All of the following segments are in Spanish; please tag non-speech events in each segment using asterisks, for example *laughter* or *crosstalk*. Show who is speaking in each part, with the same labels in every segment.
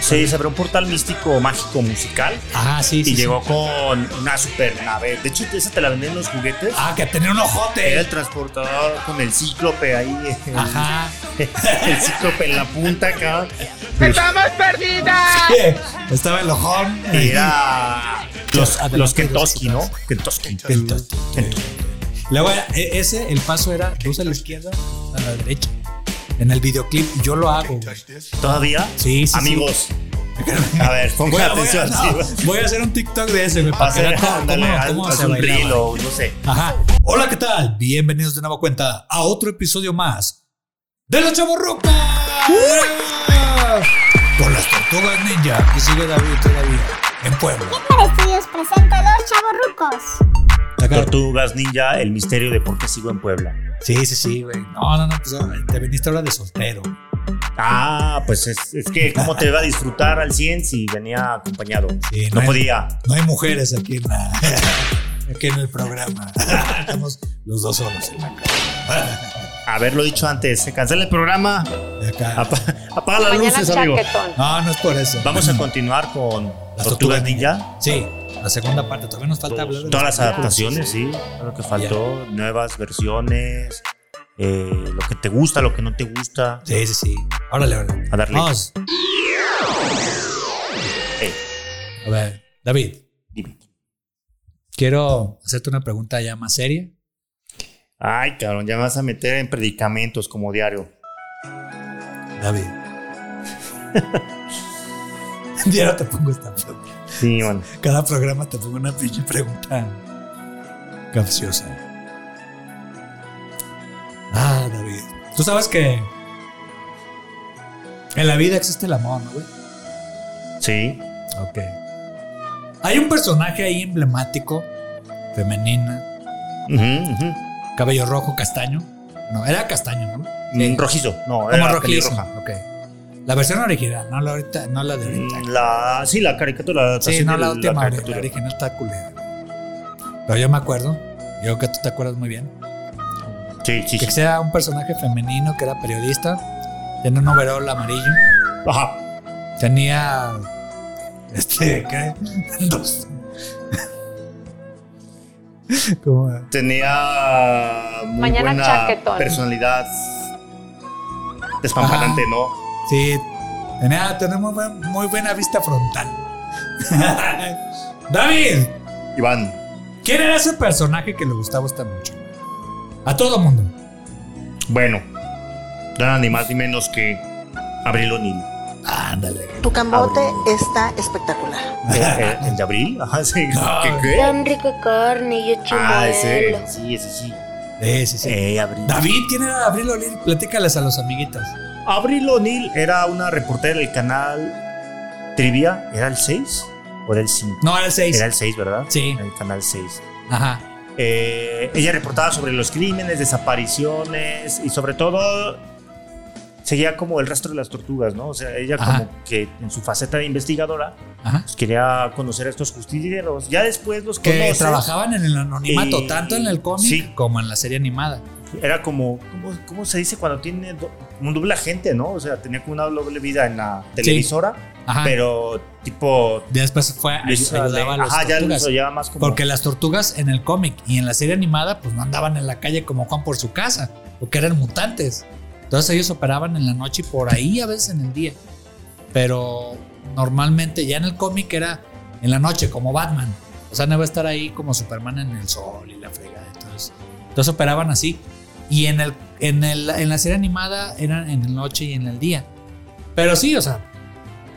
Speaker 1: se, se abrió un portal místico, mágico, musical.
Speaker 2: Ah, sí,
Speaker 1: Y
Speaker 2: sí, sí.
Speaker 1: llegó con una super nave. De hecho, esa te la venden en los juguetes.
Speaker 2: Ah, que tenía un
Speaker 1: Era
Speaker 2: ojote.
Speaker 1: el transportador con el cíclope ahí. eh,
Speaker 2: Ajá.
Speaker 1: *laughs* El cíclope en la punta acá. Pues,
Speaker 3: ¡Estamos perdidas!
Speaker 2: Oye, Estaba el ojón.
Speaker 1: Y era los, los Kentoski, ¿no? Kentoski.
Speaker 2: Kentucky. Luego era- e- ese, el paso era dos a la izquierda, a la derecha. En el videoclip yo lo hago. güey.
Speaker 1: ¿Todavía?
Speaker 2: Sí, sí, sí.
Speaker 1: Amigos. A ver,
Speaker 2: Voy
Speaker 1: pongan
Speaker 2: a, voy, a,
Speaker 1: atención.
Speaker 2: no,
Speaker 1: sí.
Speaker 2: voy a hacer un TikTok de ese, güey, para que
Speaker 1: Hacer-
Speaker 2: vean cómo,
Speaker 1: *laughs* ándale,
Speaker 2: cómo-
Speaker 1: haz-
Speaker 2: cómo
Speaker 1: haz
Speaker 2: se
Speaker 1: un
Speaker 2: bailaba.
Speaker 1: reel o no sé.
Speaker 2: Ajá. Hola, ¿qué tal? Bienvenidos de nueva cuenta a otro episodio más de La Chavorruca.
Speaker 1: ¡Uh!
Speaker 2: Con las tortugas ninja que sigue David todavía en Puebla.
Speaker 4: Estudios presenta Los Chavorrucos.
Speaker 1: Tortugas Ninja, el misterio de por qué sigo en Puebla.
Speaker 2: Sí, sí, sí, güey. No, no, no, pues te viniste ahora de soltero.
Speaker 1: Ah, pues es, es que cómo te iba a disfrutar al 100 si venía acompañado.
Speaker 2: Sí,
Speaker 1: no
Speaker 2: no hay-
Speaker 1: podía.
Speaker 2: No hay mujeres aquí en, la- *laughs* aquí en el programa. *laughs* Estamos los dos solos en la
Speaker 1: Haberlo dicho antes. Se cancela el programa.
Speaker 2: cama. Acá.
Speaker 1: Apa- apaga las
Speaker 5: Mañana
Speaker 1: luces, amigo.
Speaker 5: chaquetón.
Speaker 2: No, no es por eso.
Speaker 1: Ah. Vamos a continuar con
Speaker 2: Las
Speaker 1: Tortugas
Speaker 2: Tortugas
Speaker 1: Ninja.
Speaker 2: Sí, la segunda parte. Todavía nos falta hablar de
Speaker 1: Todas las
Speaker 2: películas.
Speaker 1: adaptaciones, sí. Lo que faltó, nuevas versiones, eh, lo que te gusta, lo que no te gusta.
Speaker 2: Sí, sí, sí. Órale, órale.
Speaker 1: A darle.
Speaker 2: Vamos.
Speaker 1: Ey.
Speaker 2: A ver, David,
Speaker 1: Dime.
Speaker 2: quiero hacerte una pregunta ya más seria.
Speaker 1: Ay, cabrón, ya me vas a meter en predicamentos como diario.
Speaker 2: David. *laughs* ya no te pongo esta pregunta.
Speaker 1: Sí, bueno.
Speaker 2: Cada programa te pongo una pinche pregunta capciosa. Ah, David. Tú sabes que en la vida existe el amor, ¿no, güey?
Speaker 1: Sí.
Speaker 2: Ok. Hay un personaje ahí emblemático, femenina,
Speaker 1: Ujú, ujú.
Speaker 2: cabello rojo, castaño. No, era castaño, ¿no?
Speaker 1: Mm, Rojizo. No,
Speaker 2: Como
Speaker 1: era
Speaker 2: rojizo.
Speaker 1: pelirroja.
Speaker 2: Ok. La versión original, no la, ahorita, no la de ahorita.
Speaker 1: Mm, La, sí, la caricatura. La
Speaker 2: Sí,
Speaker 1: adaptación
Speaker 2: no
Speaker 1: de
Speaker 2: la última, la,
Speaker 1: caricatura.
Speaker 2: original está culera. Pero yo me acuerdo, yo creo que tú te acuerdas muy bien,
Speaker 1: Sí, sí,
Speaker 2: que
Speaker 1: sí.
Speaker 2: sea un personaje femenino que era periodista, tenía un overol amarillo,
Speaker 1: Ajá.
Speaker 2: tenía, este, ¿qué? *laughs* Dos. Como-
Speaker 1: Tenía muy
Speaker 5: Mañana
Speaker 1: buena
Speaker 5: chaquetón.
Speaker 1: personalidad despampanante,
Speaker 2: Ajá.
Speaker 1: ¿no?
Speaker 2: Sí, tenía, tenía muy, buen- muy buena vista frontal. *laughs* David,
Speaker 1: Iván.
Speaker 2: ¿quién era ese personaje que le gustaba tan mucho? A todo mundo.
Speaker 1: Bueno, nada ni más ni menos que Abril
Speaker 2: *laughs*
Speaker 1: O'Neill.
Speaker 2: Ándale.
Speaker 6: Tu cambote
Speaker 1: Abril.
Speaker 6: está espectacular.
Speaker 1: Eh, eh, ¿El de Abril? Ajá, sí.
Speaker 2: No.
Speaker 1: ¿Qué, qué?
Speaker 5: Tan rico carne y yo
Speaker 1: Ah,
Speaker 5: chimuelo.
Speaker 1: ese. Sí, ese sí.
Speaker 2: *laughs* Sí, sí, sí.
Speaker 1: Eh, Abril.
Speaker 2: David, ¿quién era Abril O'Leary? Platícales a los amiguitos.
Speaker 1: Abril O'Neill era una reportera del canal Trivia. ¿Era el 6 o era el 5?
Speaker 2: No, era el 6.
Speaker 1: Era el 6, ¿verdad?
Speaker 2: Sí.
Speaker 1: El canal 6.
Speaker 2: Ajá.
Speaker 1: Eh, ella reportaba sobre los crímenes, desapariciones y sobre todo seguía como el rastro de las tortugas, ¿no? O sea, ella
Speaker 2: Ajá.
Speaker 1: como que en su faceta de investigadora
Speaker 2: Ajá.
Speaker 1: pues, quería conocer a estos justicieros. Ya después los
Speaker 2: Que
Speaker 1: conoces.
Speaker 2: trabajaban en el anonimato,
Speaker 1: Y-
Speaker 2: tanto en el cómic
Speaker 1: sí.
Speaker 2: como en la serie animada.
Speaker 1: Era como, ¿cómo, cómo se dice cuando tiene do- un doble agente, no? O sea, tenía como una doble vida en la televisora,
Speaker 2: Ajá.
Speaker 1: pero tipo...
Speaker 2: Después fue ay-
Speaker 1: hizo-
Speaker 2: ayudaba a Ah, las
Speaker 1: ajá, ya
Speaker 2: tortugas.
Speaker 1: los llevaba más como...
Speaker 2: Porque las tortugas en el cómic y en la serie animada, pues no andaban en la calle como Juan por su casa, porque eran mutantes. Entonces ellos operaban en la noche y por ahí a veces en el día. Pero normalmente ya en el cómic era en la noche, como Batman. O sea, no iba a estar ahí como Superman en el sol y la fregada. Entonces, entonces operaban así. Y en, el, en, el, en la serie animada eran en la noche y en el día. Pero sí, o sea,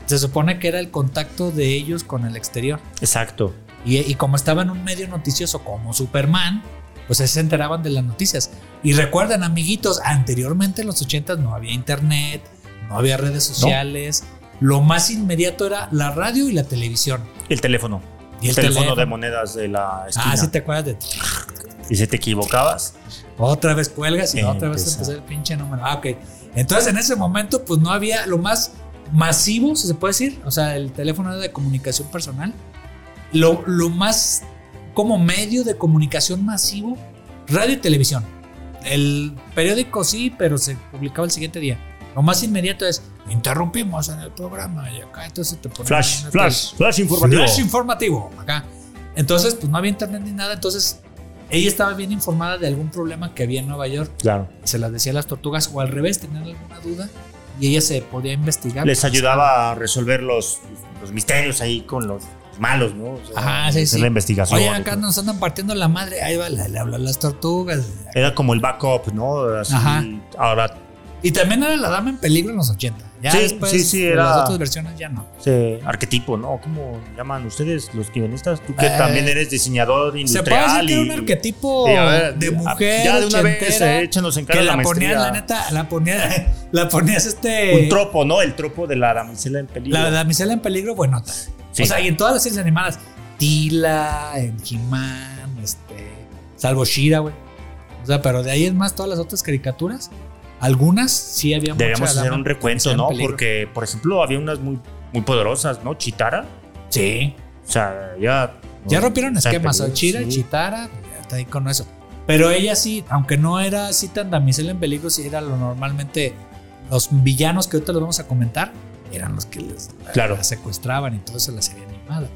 Speaker 2: se supone que era el contacto de ellos con el exterior.
Speaker 1: Exacto.
Speaker 2: Y, y como estaba en un medio noticioso como Superman, pues se enteraban de las noticias. Y recuerden, amiguitos, anteriormente en los 80 no había internet, no había redes sociales. Lo más inmediato era la radio y la televisión.
Speaker 1: El teléfono.
Speaker 2: Y el
Speaker 1: teléfono,
Speaker 2: teléfono.
Speaker 1: de monedas de la esquina.
Speaker 2: Ah, si te acuerdas de
Speaker 1: Y si te equivocabas,
Speaker 2: otra vez cuelgas y
Speaker 1: Eh,
Speaker 2: otra vez
Speaker 1: empieza.
Speaker 2: empezó el pinche número. Ah, ok. Entonces en ese momento, pues no había lo más masivo, si se puede decir. O sea, el teléfono era de comunicación personal. Lo, lo más como medio de comunicación masivo, radio y televisión. El periódico sí, pero se publicaba el siguiente día. Lo más inmediato es interrumpimos en el programa y acá entonces te ponen
Speaker 1: Flash,
Speaker 2: una-
Speaker 1: flash, flash informativo.
Speaker 2: Flash informativo, acá. Entonces, pues no había internet ni nada, entonces ella estaba bien informada de algún problema que había en Nueva York.
Speaker 1: Claro.
Speaker 2: Se las decía a las tortugas o al revés, tenían alguna duda y ella se podía investigar.
Speaker 1: Les ayudaba a resolver los, los misterios ahí con los malos, ¿no? O sea,
Speaker 2: Ajá, sí,
Speaker 1: hacer
Speaker 2: sí.
Speaker 1: la investigación.
Speaker 2: Oye, acá nos andan partiendo la madre. Ahí va, le, le hablan las tortugas.
Speaker 1: Era como el backup, ¿no? Así,
Speaker 2: Ajá.
Speaker 1: Ahora
Speaker 2: Y también era la dama en peligro en los 80. Ya
Speaker 1: Sí,
Speaker 2: después,
Speaker 1: sí, sí,
Speaker 2: de
Speaker 1: era-
Speaker 2: las otras versiones ya no.
Speaker 1: ese arquetipo, ¿no? ¿Cómo llaman ustedes los guionistas? Tú que
Speaker 2: Eh,
Speaker 1: también eres diseñador
Speaker 2: Se puede
Speaker 1: industrial.
Speaker 2: decir que era un
Speaker 1: y-
Speaker 2: arquetipo
Speaker 1: y a ver,
Speaker 2: de
Speaker 1: a-
Speaker 2: mujer.
Speaker 1: Ya de una vez,
Speaker 2: ochentera,
Speaker 1: eh, échanos en cara
Speaker 2: Que
Speaker 1: la,
Speaker 2: la ponías,
Speaker 1: maestría.
Speaker 2: la neta, la ponías, *laughs* la ponías este.
Speaker 1: Un tropo, ¿no? El tropo de la damisela en peligro.
Speaker 2: La damisela en peligro, bueno.
Speaker 1: Sí.
Speaker 2: O sea, y en todas las series animadas. Tila, en He-Man, este. Salvo Shira, güey. O sea, pero de ahí es más todas las otras caricaturas. Algunas sí había mucha
Speaker 1: Debemos hacer
Speaker 2: dama
Speaker 1: un recuento,
Speaker 2: en
Speaker 1: ¿no?
Speaker 2: peligro.
Speaker 1: Porque, por ejemplo, había unas muy, muy poderosas, ¿no? Chitara.
Speaker 2: Sí.
Speaker 1: O sea, ya.
Speaker 2: Ya rompieron
Speaker 1: o sea,
Speaker 2: esquemas.
Speaker 1: peligro,
Speaker 2: Chira,
Speaker 1: sí.
Speaker 2: Chitara, ya está ahí con eso. Pero ella sí, aunque no era así tan damisela en peligro, sí era lo normalmente. Los villanos que ahorita los vamos a comentar eran los que les eh,
Speaker 1: Claro.
Speaker 2: la secuestraban y todo eso en la serie animada.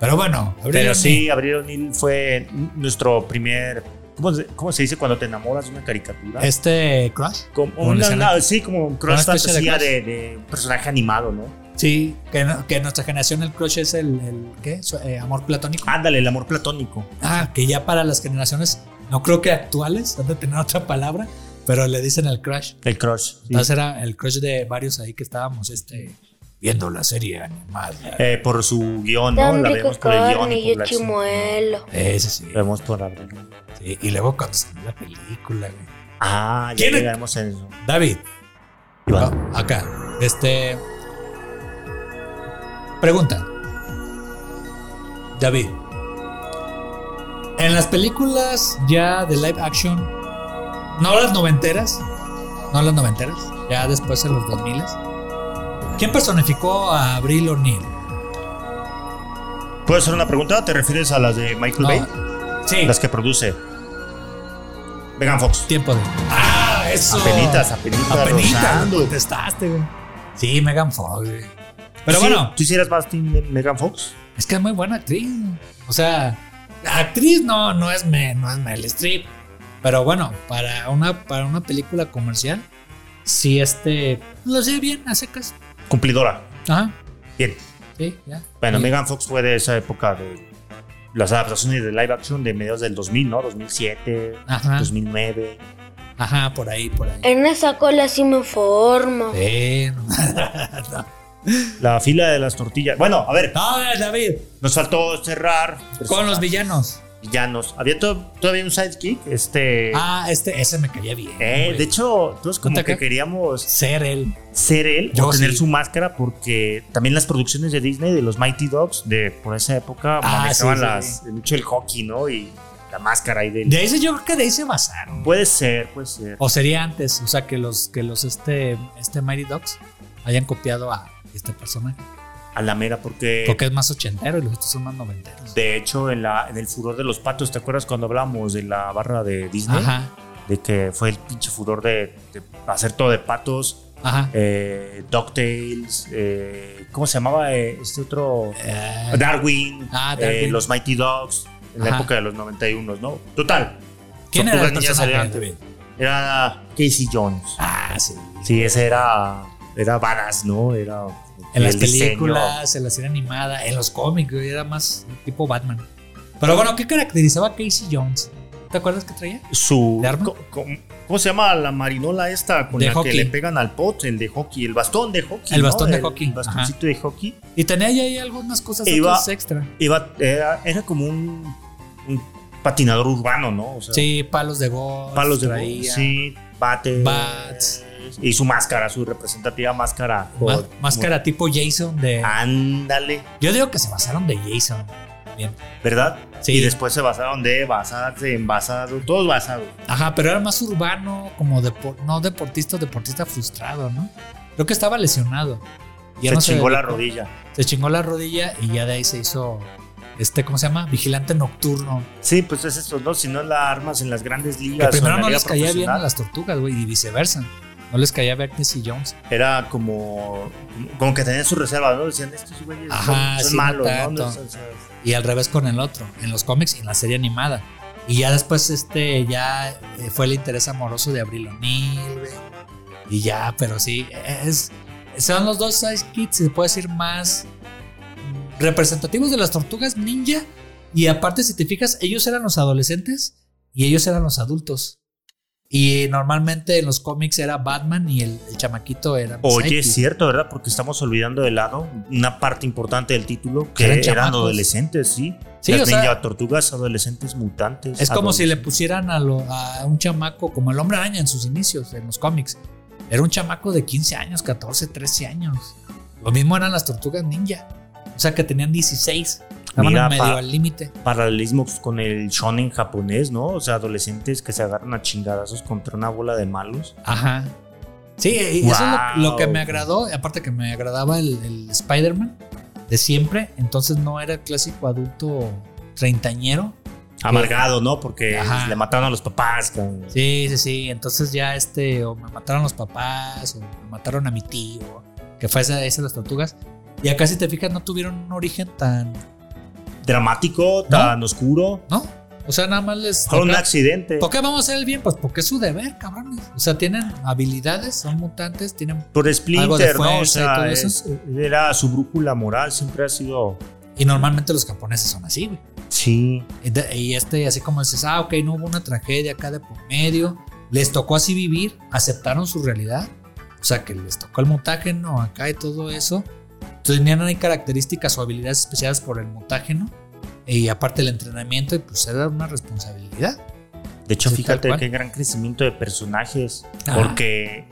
Speaker 2: Pero bueno,
Speaker 1: Pero
Speaker 2: Abril
Speaker 1: sí, Abril O'Neill fue nuestro primer. ¿Cómo se, cómo se dice cuando te enamoras de una caricatura?
Speaker 2: Este Crush.
Speaker 1: como
Speaker 2: como le
Speaker 1: una,
Speaker 2: dicen,
Speaker 1: una- sí, como un cross
Speaker 2: una especie de
Speaker 1: fantasía
Speaker 2: crush.
Speaker 1: de, de un personaje animado, ¿no?
Speaker 2: Sí, que, no- que en nuestra generación el crush es el, el ¿qué? Su- eh, amor platónico.
Speaker 1: Ándale, el amor platónico.
Speaker 2: Ah, que ya para las generaciones, no creo que actuales, han de tener otra palabra, pero le dicen el crush.
Speaker 1: El crush. sí.
Speaker 2: Entonces era el crush de varios ahí que estábamos este, viendo la serie animada.
Speaker 1: Eh, por su guión, ¿no?
Speaker 5: Tan
Speaker 1: La
Speaker 5: rico
Speaker 1: vemos por el guión
Speaker 5: carne y
Speaker 1: y por
Speaker 5: yo
Speaker 1: la acción.
Speaker 5: chimuelo.
Speaker 2: Ese sí,
Speaker 1: La vemos por Abril.
Speaker 2: sí. Y luego cuando salió la película, güey.
Speaker 1: Ah, ya
Speaker 2: ¿Quién es?
Speaker 1: llegaremos en eso.
Speaker 2: David,
Speaker 1: Iván.
Speaker 2: no, Ah, acá, este. Pregunta. David. En las películas ya de live action, no las noventeras, no las noventeras, ya después en los 2000 ¿Quién personificó a Abril O'Neill?
Speaker 1: ¿Puedo hacer una pregunta? ¿Te refieres a las de Michael
Speaker 2: No,
Speaker 1: Bay?
Speaker 2: sí,
Speaker 1: Las que produce. Megan Fox.
Speaker 2: tiempo de. ¡Ah! Eso.
Speaker 1: Apenitas, apenitas.
Speaker 2: Apenitas,
Speaker 1: rozando.
Speaker 2: lo contestaste, güey. Sí, Megan Fox, güey. Pero
Speaker 1: Sí,
Speaker 2: bueno,
Speaker 1: ¿Tú hicieras más team de Megan Fox?
Speaker 2: es que es muy buena actriz. O sea, actriz no, no es, me, no es Meryl Streep. Pero bueno, para una, para una película comercial, sí, este. Lo hace bien, a secas.
Speaker 1: Cumplidora.
Speaker 2: Ajá,
Speaker 1: Bien.
Speaker 2: sí, ya.
Speaker 1: Bueno,
Speaker 2: Sí.
Speaker 1: Megan Fox fue de esa época de las adaptaciones de live action de mediados del 2000, ¿no? 2007,
Speaker 2: Ajá,
Speaker 1: Pues, 2009.
Speaker 2: ajá, por ahí, por ahí.
Speaker 5: En esa cola sí me formo.
Speaker 1: Eh.
Speaker 2: Sí.
Speaker 1: La fila de las tortillas. Bueno, a ver,
Speaker 2: No, David,
Speaker 1: nos faltó cerrar.
Speaker 2: con los villanos.
Speaker 1: villanos. Había to- todavía un sidekick. Este.
Speaker 2: Ah, este, ese me caía bien.
Speaker 1: eh,
Speaker 2: güey.
Speaker 1: de hecho, todos como
Speaker 2: ¿No te
Speaker 1: que
Speaker 2: ca-
Speaker 1: queríamos
Speaker 2: ser él.
Speaker 1: ser él
Speaker 2: Yo
Speaker 1: o tener
Speaker 2: sí.
Speaker 1: su máscara porque también las producciones de Disney, de los Mighty Dogs, de por esa época
Speaker 2: Ah,
Speaker 1: manejaban
Speaker 2: sí, sí,
Speaker 1: las, mucho el hockey, ¿no? Y la máscara ahí del...
Speaker 2: De ahí se, yo creo que de ahí se basaron.
Speaker 1: Puede ser, puede ser.
Speaker 2: O sería antes, o sea, que los, que los este, este Mighty Dogs hayan copiado a este personaje.
Speaker 1: A la mera, porque
Speaker 2: Porque es más ochentero y los otros son más noventeros.
Speaker 1: de hecho en, la, en el furor de los patos, ¿te acuerdas cuando hablamos de la barra de Disney?
Speaker 2: Ajá,
Speaker 1: De que fue el pinche furor de, de hacer todo de patos,
Speaker 2: ajá.
Speaker 1: eh, DuckTales, eh, ¿cómo se llamaba eh, este otro?
Speaker 2: Eh,
Speaker 1: Darwin,
Speaker 2: Ah,
Speaker 1: eh,
Speaker 2: Darwin.
Speaker 1: los Mighty Dogs, en la
Speaker 2: Ajá.
Speaker 1: época de los 91, ¿no? Total.
Speaker 2: ¿Quién era el
Speaker 1: Tortugas Ninja
Speaker 2: personaje?
Speaker 1: salían-
Speaker 2: David?
Speaker 1: Era Casey Jones.
Speaker 2: Ah, sí.
Speaker 1: Sí, ese era, era varas, ¿no? Era
Speaker 2: En las
Speaker 1: el diseño.
Speaker 2: películas, en la serie animada, en los cómics, güey, era más tipo Batman. Pero bueno, ¿qué caracterizaba a Casey Jones? ¿Te acuerdas que traía?
Speaker 1: Su,
Speaker 2: ¿De arma?
Speaker 1: co- co- ¿Cómo se llama la marinola esta con
Speaker 2: De
Speaker 1: la
Speaker 2: hockey.
Speaker 1: que le pegan al pot? El de hockey, el bastón de hockey.
Speaker 2: El
Speaker 1: ¿no?
Speaker 2: bastón de hockey,
Speaker 1: El bastoncito de hockey.
Speaker 2: Y tenía ya ahí algunas cosas
Speaker 1: Iba-
Speaker 2: otras extra.
Speaker 1: Iba, era, era como un, un patinador urbano, ¿no? O sea,
Speaker 2: Sí, palos de golf.
Speaker 1: palos de hockey,
Speaker 2: traía.
Speaker 1: sí, bates.
Speaker 2: Bats.
Speaker 1: Y su máscara, su representativa máscara.
Speaker 2: Ma-
Speaker 1: Con-
Speaker 2: máscara tipo Jason de.
Speaker 1: Ah. Ándale,
Speaker 2: Yo digo que se basaron de Jason. Bien.
Speaker 1: ¿verdad?
Speaker 2: Sí.
Speaker 1: Y después se basaron de basarse en basado, todos basados.
Speaker 2: Ajá, pero era más urbano, como depo- no deportista, deportista frustrado, ¿no? Creo que estaba lesionado. Ya
Speaker 1: se
Speaker 2: no
Speaker 1: chingó la
Speaker 2: dedicó.
Speaker 1: rodilla.
Speaker 2: Se chingó la rodilla y ya de ahí se hizo. Este, ¿cómo se llama? Vigilante nocturno.
Speaker 1: Sí, pues es esto, ¿no? Si no la armas en las grandes
Speaker 2: Que
Speaker 1: ligas. o en
Speaker 2: primero
Speaker 1: la
Speaker 2: no
Speaker 1: liga
Speaker 2: les caía bien a
Speaker 1: profesional.
Speaker 2: las tortugas, güey, y viceversa. No les caía ver Casey Jones.
Speaker 1: Era como, como que tenían su reserva, ¿no? Decían, estos güeyes son,
Speaker 2: Ajá,
Speaker 1: son
Speaker 2: sí, no
Speaker 1: malos, ¿no?
Speaker 2: tanto.
Speaker 1: No, son- son-
Speaker 2: Y al revés con el otro, en los cómics y en la serie animada. Y ya después, este, ya eh, fue el interés amoroso de Abril O'Neil, güey. Y ya, pero sí, es, son los dos sidekicks, se puede decir, más representativos de las tortugas ninja. Y aparte, si te fijas, ellos eran los adolescentes y ellos eran los adultos. Y normalmente en los cómics era Batman y el, el chamaquito era.
Speaker 1: Oye,
Speaker 2: sidekick.
Speaker 1: es cierto, ¿verdad? Porque estamos olvidando de lado una parte importante del título que
Speaker 2: Eran
Speaker 1: eran,
Speaker 2: chamacos.
Speaker 1: adolescentes, sí.
Speaker 2: Sí,
Speaker 1: Las
Speaker 2: o sea-
Speaker 1: ninja tortugas, adolescentes mutantes.
Speaker 2: Es como si le
Speaker 1: adolescentes.
Speaker 2: pusieran a, lo- a un chamaco como el hombre araña en sus inicios, en los cómics. Era un chamaco de 15 años, 14, 13 años. Lo mismo eran las tortugas ninja. O sea que tenían 16. Estaban
Speaker 1: Mira,
Speaker 2: medio
Speaker 1: pa-
Speaker 2: al límite.
Speaker 1: paralelismos con el shonen japonés, ¿no? O sea, adolescentes que se agarran a chingadazos contra una bola de malos.
Speaker 2: Ajá. Sí, y eso es lo- lo, que
Speaker 1: Wow.
Speaker 2: me agradó. Aparte que me agradaba el, el Spider-Man de siempre. Entonces no era el clásico adulto treintañero.
Speaker 1: Amargado, ¿no? Porque
Speaker 2: Ajá.
Speaker 1: le mataron a los papás. cabrón.
Speaker 2: Sí, sí, sí. Entonces ya este, o me mataron los papás, o me mataron a mi tío, que fue esa, esa de las tortugas. Y acá si te fijas no tuvieron un origen tan,
Speaker 1: Dramático, tan oscuro.
Speaker 2: ¿no? O sea, nada más les...
Speaker 1: Fue un
Speaker 2: toca-
Speaker 1: accidente.
Speaker 2: ¿Por qué vamos a hacer el bien? Pues porque es su deber, cabrones. O sea, tienen habilidades, son mutantes, tienen...
Speaker 1: Por
Speaker 2: Algo de
Speaker 1: Splinter, ¿no? O
Speaker 2: fuerza y todo
Speaker 1: sea,
Speaker 2: eso.
Speaker 1: es- era su brújula moral, siempre ha sido.
Speaker 2: Y normalmente los japoneses son así, güey.
Speaker 1: Sí.
Speaker 2: Y de- Y este, así como dices, ah, ok, no hubo una tragedia acá de por medio. Les tocó así vivir, aceptaron su realidad. O sea, que les tocó el mutágeno acá y todo eso. Tenían ahí características o habilidades especiales por el mutágeno. Y aparte el entrenamiento, y pues era una responsabilidad.
Speaker 1: De hecho,
Speaker 2: Sí, tal
Speaker 1: fíjate
Speaker 2: cual.
Speaker 1: qué gran crecimiento de personajes.
Speaker 2: Ajá.
Speaker 1: Porque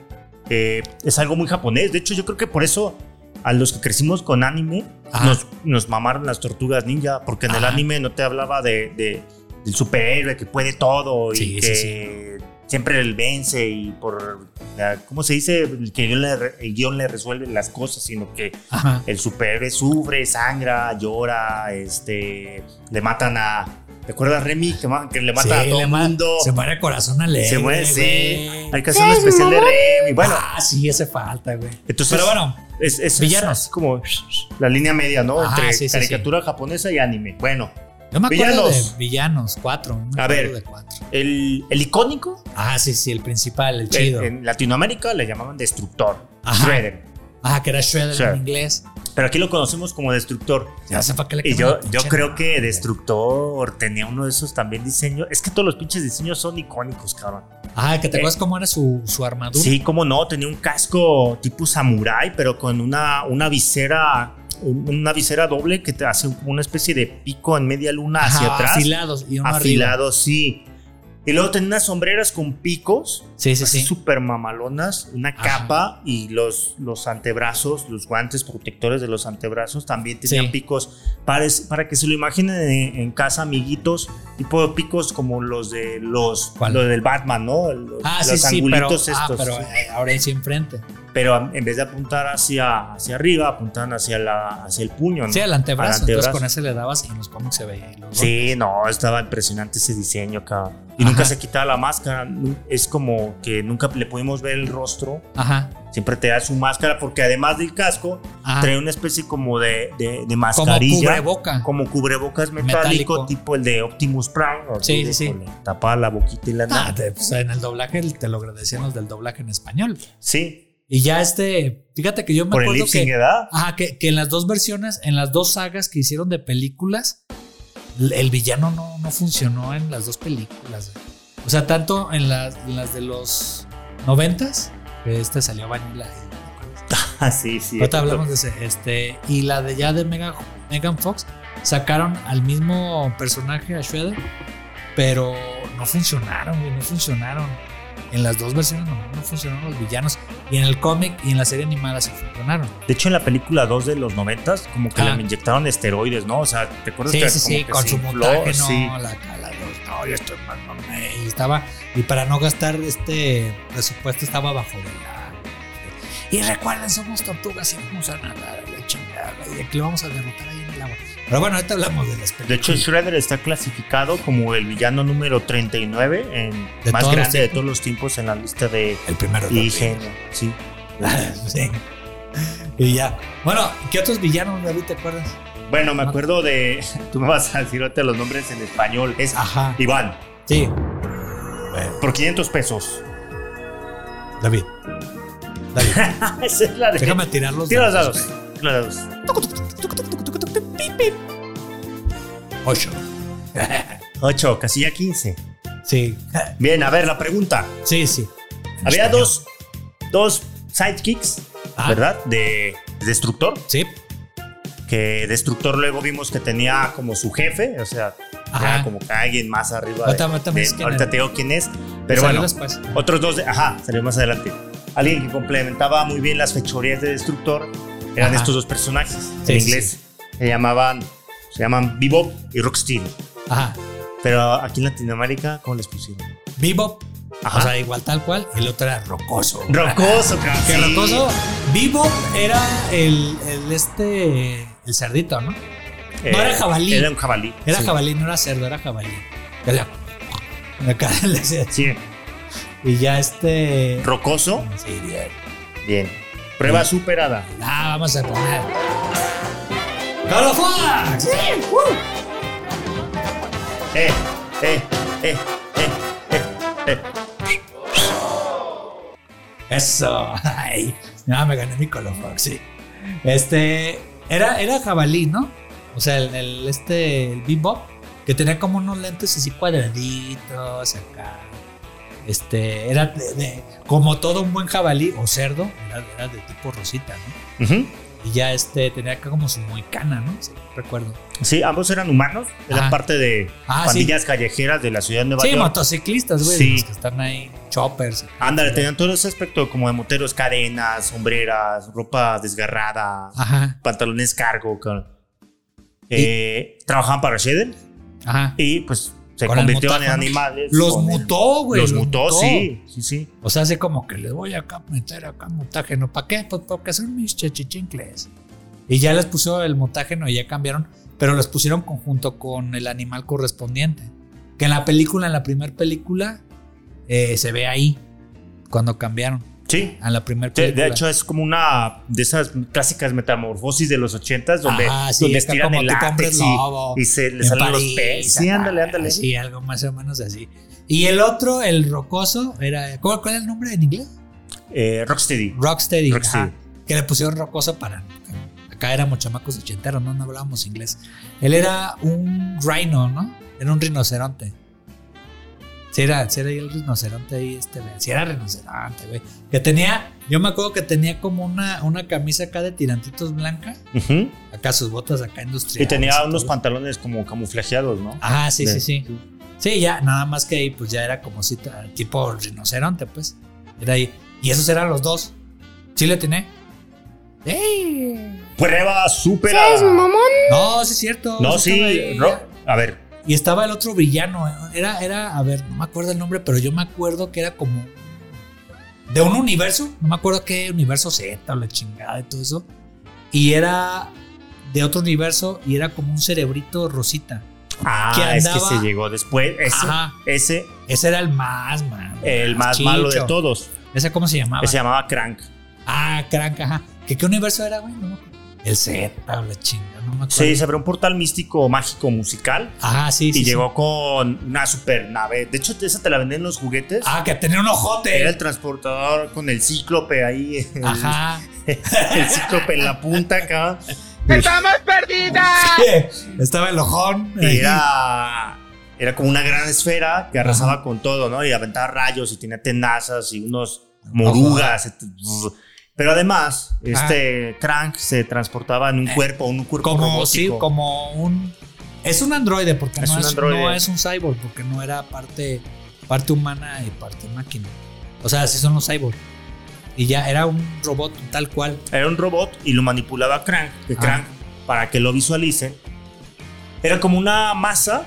Speaker 1: eh, es algo muy japonés. De hecho, yo creo que por eso a los que crecimos con anime
Speaker 2: Ajá.
Speaker 1: nos, nos mamaron las tortugas ninja. Porque en el
Speaker 2: Ajá.
Speaker 1: anime no te hablaba de, de- del superhéroe que puede todo y
Speaker 2: Sí, sí,
Speaker 1: que siempre el vence y por. la- ¿Cómo se dice? El que guión le, re- el guión le resuelve las cosas, sino que
Speaker 2: Ajá.
Speaker 1: el superhéroe sufre, sangra, llora, este, le matan a... ¿Te acuerdas, Remy? Que, ma- que le matan a
Speaker 2: Sí,
Speaker 1: todo
Speaker 2: le
Speaker 1: el
Speaker 2: ma-
Speaker 1: mundo.
Speaker 2: Se muere el corazón alegre.
Speaker 1: Se muere, sí.
Speaker 2: güey.
Speaker 1: Hay que hacer un
Speaker 5: Sí,
Speaker 1: especial de
Speaker 5: mamá.
Speaker 1: Remy. Bueno,
Speaker 2: Ah, sí, ese falta, güey.
Speaker 1: entonces...
Speaker 2: Pero bueno,
Speaker 1: es, es- es
Speaker 2: villanos.
Speaker 1: así como la línea media, ¿no?
Speaker 2: Ajá,
Speaker 1: Entre
Speaker 2: sí, sí,
Speaker 1: caricatura japonesa y anime. Bueno,
Speaker 2: yo me acuerdo
Speaker 1: Villanos.
Speaker 2: de villanos, cuatro. no me
Speaker 1: A
Speaker 2: acuerdo
Speaker 1: ver.
Speaker 2: de cuatro.
Speaker 1: el, el icónico,
Speaker 2: Ah, sí, sí, el principal, el
Speaker 1: en,
Speaker 2: chido.
Speaker 1: en Latinoamérica le llamaban Destructor,
Speaker 2: Ajá.
Speaker 1: Shredder.
Speaker 2: Ah, que era Shredder
Speaker 1: Sí.
Speaker 2: en inglés.
Speaker 1: Pero aquí lo conocemos como Destructor.
Speaker 2: Ya sé para qué le
Speaker 1: Y
Speaker 2: cambian
Speaker 1: yo,
Speaker 2: la
Speaker 1: yo
Speaker 2: pinche
Speaker 1: creo
Speaker 2: madre.
Speaker 1: que Destructor tenía uno de esos también diseños. Es que todos los pinches diseños son icónicos, cabrón.
Speaker 2: Ah, que te acuerdas cómo era su, su armadura.
Speaker 1: Eh, Sí, cómo no, tenía un casco tipo samurái, pero con una, una visera una visera doble que te hace como una especie de pico en media luna
Speaker 2: Ajá,
Speaker 1: hacia atrás, afilado,
Speaker 2: Afilados y uno afilado.
Speaker 1: sí. Y luego tenía unas sombreras con picos,
Speaker 2: Sí, sí,
Speaker 1: así
Speaker 2: sí.
Speaker 1: súper mamalonas, una
Speaker 2: Ajá.
Speaker 1: capa y los, los antebrazos, los guantes protectores de los antebrazos también tenían
Speaker 2: Sí.
Speaker 1: picos. Para, para que se lo imaginen en, en casa, amiguitos, tipo de picos como los de los,
Speaker 2: ¿Cuál?
Speaker 1: los del Batman, ¿no? Los,
Speaker 2: Ah, sí,
Speaker 1: los
Speaker 2: sí, pero,
Speaker 1: angulitos
Speaker 2: ah,
Speaker 1: estos.
Speaker 2: pero eh, ahora en sí enfrente.
Speaker 1: Pero en vez de apuntar hacia, hacia arriba, apuntan hacia, la, hacia el puño, ¿no?
Speaker 2: Sí, al antebrazo.
Speaker 1: Al
Speaker 2: Entonces
Speaker 1: antebrazo.
Speaker 2: con ese le dabas y en los cómics se veía. y los
Speaker 1: Sí, no, estaba impresionante ese diseño, cabrón. Y
Speaker 2: Ajá.
Speaker 1: nunca se quitaba la máscara. Nu- Es como que nunca le pudimos ver el rostro.
Speaker 2: golpes. Ajá.
Speaker 1: Siempre te da su máscara, porque además del casco,
Speaker 2: Ajá.
Speaker 1: trae una especie como de, de, de
Speaker 2: Ah. Como
Speaker 1: mascarilla.
Speaker 2: cubre boca.
Speaker 1: Como cubrebocas metálico,
Speaker 2: Metálico.
Speaker 1: tipo el de Optimus Prime. ¿no?
Speaker 2: Sí,
Speaker 1: Así
Speaker 2: sí,
Speaker 1: de
Speaker 2: sí.
Speaker 1: con- Tapaba la boquita y la
Speaker 2: Ah,
Speaker 1: nariz.
Speaker 2: te- pues, en el doblaje te lo agradecían los del doblaje en español.
Speaker 1: Sí,
Speaker 2: Y ya este, fíjate que yo me
Speaker 1: por el
Speaker 2: acuerdo
Speaker 1: lip
Speaker 2: que.
Speaker 1: sync, ¿verdad? *laughs*
Speaker 2: Ajá, que, que en las dos versiones, en las dos sagas que hicieron de películas, l- el villano no, no funcionó en las dos películas. güey. O sea, tanto en las, en las de los noventas, que este salió Vanilla. y-
Speaker 1: Ah, sí, sí.
Speaker 2: Ahorita hablamos de ese. Este, y la de ya de Mega- Megan Fox, sacaron al mismo personaje, a Shredder, pero no funcionaron, güey, no funcionaron. En las dos versiones no, no funcionaron los villanos. Y en el cómic y en la serie animada sí funcionaron.
Speaker 1: De hecho, en la película 2 de los 90 como que
Speaker 2: Ah.
Speaker 1: le inyectaron esteroides, ¿no? O sea, ¿te acuerdas
Speaker 2: Sí,
Speaker 1: que
Speaker 2: sí,
Speaker 1: como
Speaker 2: sí,
Speaker 1: que
Speaker 2: con
Speaker 1: se
Speaker 2: su
Speaker 1: infló?
Speaker 2: montaje, no,
Speaker 1: Sí.
Speaker 2: la cala, no, yo estoy mal, no, me- y estaba, y para no gastar este presupuesto estaba bajo de la... Y recuerden, somos tortugas y no vamos a nadar a la chingada, y aquí lo vamos a derrotar ahí en el agua. Pero bueno, ahorita hablamos de las películas.
Speaker 1: De hecho, Shredder está clasificado como el villano número 39, en,
Speaker 2: De
Speaker 1: más
Speaker 2: todos los
Speaker 1: grande de
Speaker 2: tiempos.
Speaker 1: todos los tiempos en la lista de
Speaker 2: el primero. ¿no?
Speaker 1: ingenio. Sí.
Speaker 2: *laughs* Sí. Y ya. Bueno, ¿qué otros villanos, David, te acuerdas?
Speaker 1: *laughs* Bueno, me acuerdo de. *laughs* Tú me vas a decir ahorita los nombres en español. Es
Speaker 2: Ajá.
Speaker 1: Iván,
Speaker 2: Sí, Eh,
Speaker 1: por 500 pesos. *laughs*
Speaker 2: David. David,
Speaker 1: *laughs* Esa es la de.
Speaker 2: déjame tirar los
Speaker 1: Tira los
Speaker 2: dados.
Speaker 1: dados. Tira los dados.
Speaker 2: Ocho.
Speaker 1: 8, casilla 15.
Speaker 2: Sí.
Speaker 1: Bien, a ver, la pregunta.
Speaker 2: Sí, sí.
Speaker 1: Había
Speaker 2: Español.
Speaker 1: dos, dos sidekicks,
Speaker 2: Ah.
Speaker 1: ¿verdad? De Destructor,
Speaker 2: Sí.
Speaker 1: que Destructor luego vimos que tenía como su jefe, o sea,
Speaker 2: Ajá.
Speaker 1: era como que alguien más arriba. de-
Speaker 2: Ahorita- ahorita me
Speaker 1: de-
Speaker 2: dices quién
Speaker 1: ahorita
Speaker 2: era.
Speaker 1: te digo quién es, pero
Speaker 2: Salió
Speaker 1: bueno,
Speaker 2: después.
Speaker 1: otros dos, de- ajá, salió más adelante. Alguien que complementaba muy bien las fechorías de Destructor eran
Speaker 2: Ajá.
Speaker 1: estos dos personajes.
Speaker 2: Sí,
Speaker 1: en
Speaker 2: sí,
Speaker 1: inglés se llamaban, se llaman Bebop y Rocksteady.
Speaker 2: Ajá.
Speaker 1: Pero aquí en Latinoamérica, ¿cómo les pusieron?
Speaker 2: Vivo.
Speaker 1: Ajá.
Speaker 2: O sea, igual tal cual. Y el otro era rocoso.
Speaker 1: Rocoso, cabrón.
Speaker 2: Que
Speaker 1: sí.
Speaker 2: rocoso. Vivo era el, el este. El cerdito, ¿no?
Speaker 1: Eh,
Speaker 2: No era jabalí.
Speaker 1: Era un jabalí.
Speaker 2: Era
Speaker 1: sí.
Speaker 2: jabalí, no era cerdo, era jabalí. Que *laughs* le- Acá le hacía-
Speaker 1: Sí,
Speaker 2: Y ya este.
Speaker 1: rocoso.
Speaker 2: Sí, bien.
Speaker 1: Bien. Prueba superada.
Speaker 2: Ah, vamos a poner. ¡Carlos Fox! ¡Sí! ¡Uh!
Speaker 1: Eh, eh, eh, eh, eh, eh.
Speaker 2: Eso. *laughs* Ay, no, me gané mi Carlos Fox, sí. Este. Era, era jabalí, ¿no? O sea, el, el- este. El bebop. Que tenía como unos lentes así cuadraditos acá. Este. Era de, de- como todo un buen jabalí o cerdo. Era, era de tipo rosita, ¿no?
Speaker 1: Ujú.
Speaker 2: Y ya este. Tenía acá como su moicana, ¿no? Sí, recuerdo.
Speaker 1: Sí, ambos eran humanos. Eran
Speaker 2: Ajá.
Speaker 1: parte de
Speaker 2: Ah, sí.
Speaker 1: pandillas callejeras de la ciudad de Nueva
Speaker 2: Sí,
Speaker 1: York.
Speaker 2: motociclistas, güey.
Speaker 1: Sí.
Speaker 2: los que están ahí. Choppers.
Speaker 1: Ándale, tenían todo ese aspecto como de moteros, cadenas, sombreras, ropa desgarrada,
Speaker 2: Ajá,
Speaker 1: pantalones cargo. cabrón. Eh, Trabajaban para Shader
Speaker 2: ajá.
Speaker 1: y pues se
Speaker 2: Con el
Speaker 1: convirtieron en
Speaker 2: mutáfono.
Speaker 1: animales.
Speaker 2: Los
Speaker 1: con el-
Speaker 2: mutó, güey.
Speaker 1: Los mutó, sí. Sí, sí.
Speaker 2: O sea, hace como que le voy acá a meter acá mutágeno. ¿Para qué? Pues porque son mis chichichincles. Y ya les puso el mutágeno y ya cambiaron. Pero los pusieron conjunto con el animal correspondiente. Que en la película, en la primera película, eh, se ve ahí. Cuando cambiaron.
Speaker 1: Sí,
Speaker 2: A la primera
Speaker 1: De,
Speaker 2: Ah, película.
Speaker 1: de hecho, es como una de esas clásicas metamorfosis de los ochentas donde,
Speaker 2: Ajá, sí,
Speaker 1: donde
Speaker 2: acá
Speaker 1: estiran
Speaker 2: como
Speaker 1: el
Speaker 2: tipo hombre
Speaker 1: látex
Speaker 2: lobo.
Speaker 1: y, y se le
Speaker 2: En
Speaker 1: salen
Speaker 2: París,
Speaker 1: los peces. Sí, ándale,
Speaker 2: ah,
Speaker 1: ándale.
Speaker 2: Sí, algo más o menos así. Y el otro, el rocoso, era. ¿Cuál, cuál era el nombre en inglés?
Speaker 1: Eh, Rocksteady.
Speaker 2: Rocksteady.
Speaker 1: Rocksteady.
Speaker 2: ajá, que le pusieron rocoso para. Acá éramos chamacos ochenteros, ¿no? No hablábamos inglés. Él era un rhino, ¿no? Era un rinoceronte. Sí, era, sí era el rinoceronte ahí, este, güey. Sí, era rinoceronte, güey. Que tenía, yo me acuerdo que tenía como una, una camisa acá de tirantitos blanca.
Speaker 1: Ujú.
Speaker 2: Acá sus botas acá
Speaker 1: Y
Speaker 2: industriales.
Speaker 1: tenía unos
Speaker 2: todo.
Speaker 1: pantalones como camuflajeados, ¿no?
Speaker 2: Ajá, sí,
Speaker 1: De-
Speaker 2: sí, sí. Sí, ya, nada más que ahí, pues ya era como si ta- tipo rinoceronte, pues. Era ahí. Y esos eran los dos. Sí le tenía.
Speaker 1: Prueba
Speaker 5: ¿Sabes,
Speaker 1: superada.
Speaker 5: mamón?
Speaker 2: No, sí es cierto.
Speaker 1: No,
Speaker 2: Eso estaba
Speaker 1: sí,
Speaker 2: ahí.
Speaker 1: Ro- a ver.
Speaker 2: Y estaba el otro villano. Era, era, a ver, no me acuerdo el nombre, pero yo me acuerdo que era como. De un universo. No me acuerdo qué universo Z o la chingada y todo eso. Y era de otro universo y era como un cerebrito rosita.
Speaker 1: Ah,
Speaker 2: Que
Speaker 1: es que
Speaker 2: andaba-
Speaker 1: se llegó después. Ese,
Speaker 2: Ajá.
Speaker 1: ese
Speaker 2: Ese era el más, man.
Speaker 1: el más malo de
Speaker 2: chicho.
Speaker 1: todos.
Speaker 2: ¿Ese cómo se llamaba?
Speaker 1: Se llamaba Crank.
Speaker 2: Ah, cranca, ajá. ¿Qué, qué universo era, güey? No me acuerdo. El Z o la chinga, no me acuerdo.
Speaker 1: Sí, se abrió un portal místico, mágico, musical.
Speaker 2: Ajá, sí,
Speaker 1: Y
Speaker 2: sí, sí.
Speaker 1: llegó con una super nave. De hecho, esa te la venden en los juguetes.
Speaker 2: Ah, que tenía un ojote.
Speaker 1: Era el transportador con el cíclope ahí. el-
Speaker 2: Ajá.
Speaker 1: *laughs* El, cíclope en la punta
Speaker 2: *laughs*
Speaker 1: acá.
Speaker 3: ¡Estamos perdidas!
Speaker 2: Estaba el ojón.
Speaker 1: Y era. Era como una gran esfera que arrasaba con todo, ¿no? Y aventaba rayos y tenía tenazas y unos morugas. Pero además, este Crank se transportaba en un cuerpo, un cuerpo
Speaker 2: Eh, como, sí,
Speaker 1: robótico.
Speaker 2: como un. Es un androide, porque
Speaker 1: Es
Speaker 2: no,
Speaker 1: un
Speaker 2: es,
Speaker 1: androide.
Speaker 2: no es un cyborg, porque no era parte, parte humana y parte máquina. O sea, así son los cyborg. Y ya era un robot tal cual.
Speaker 1: Era un robot y lo manipulaba Crank. que
Speaker 2: Ah.
Speaker 1: Crank, para que lo visualicen, era como una masa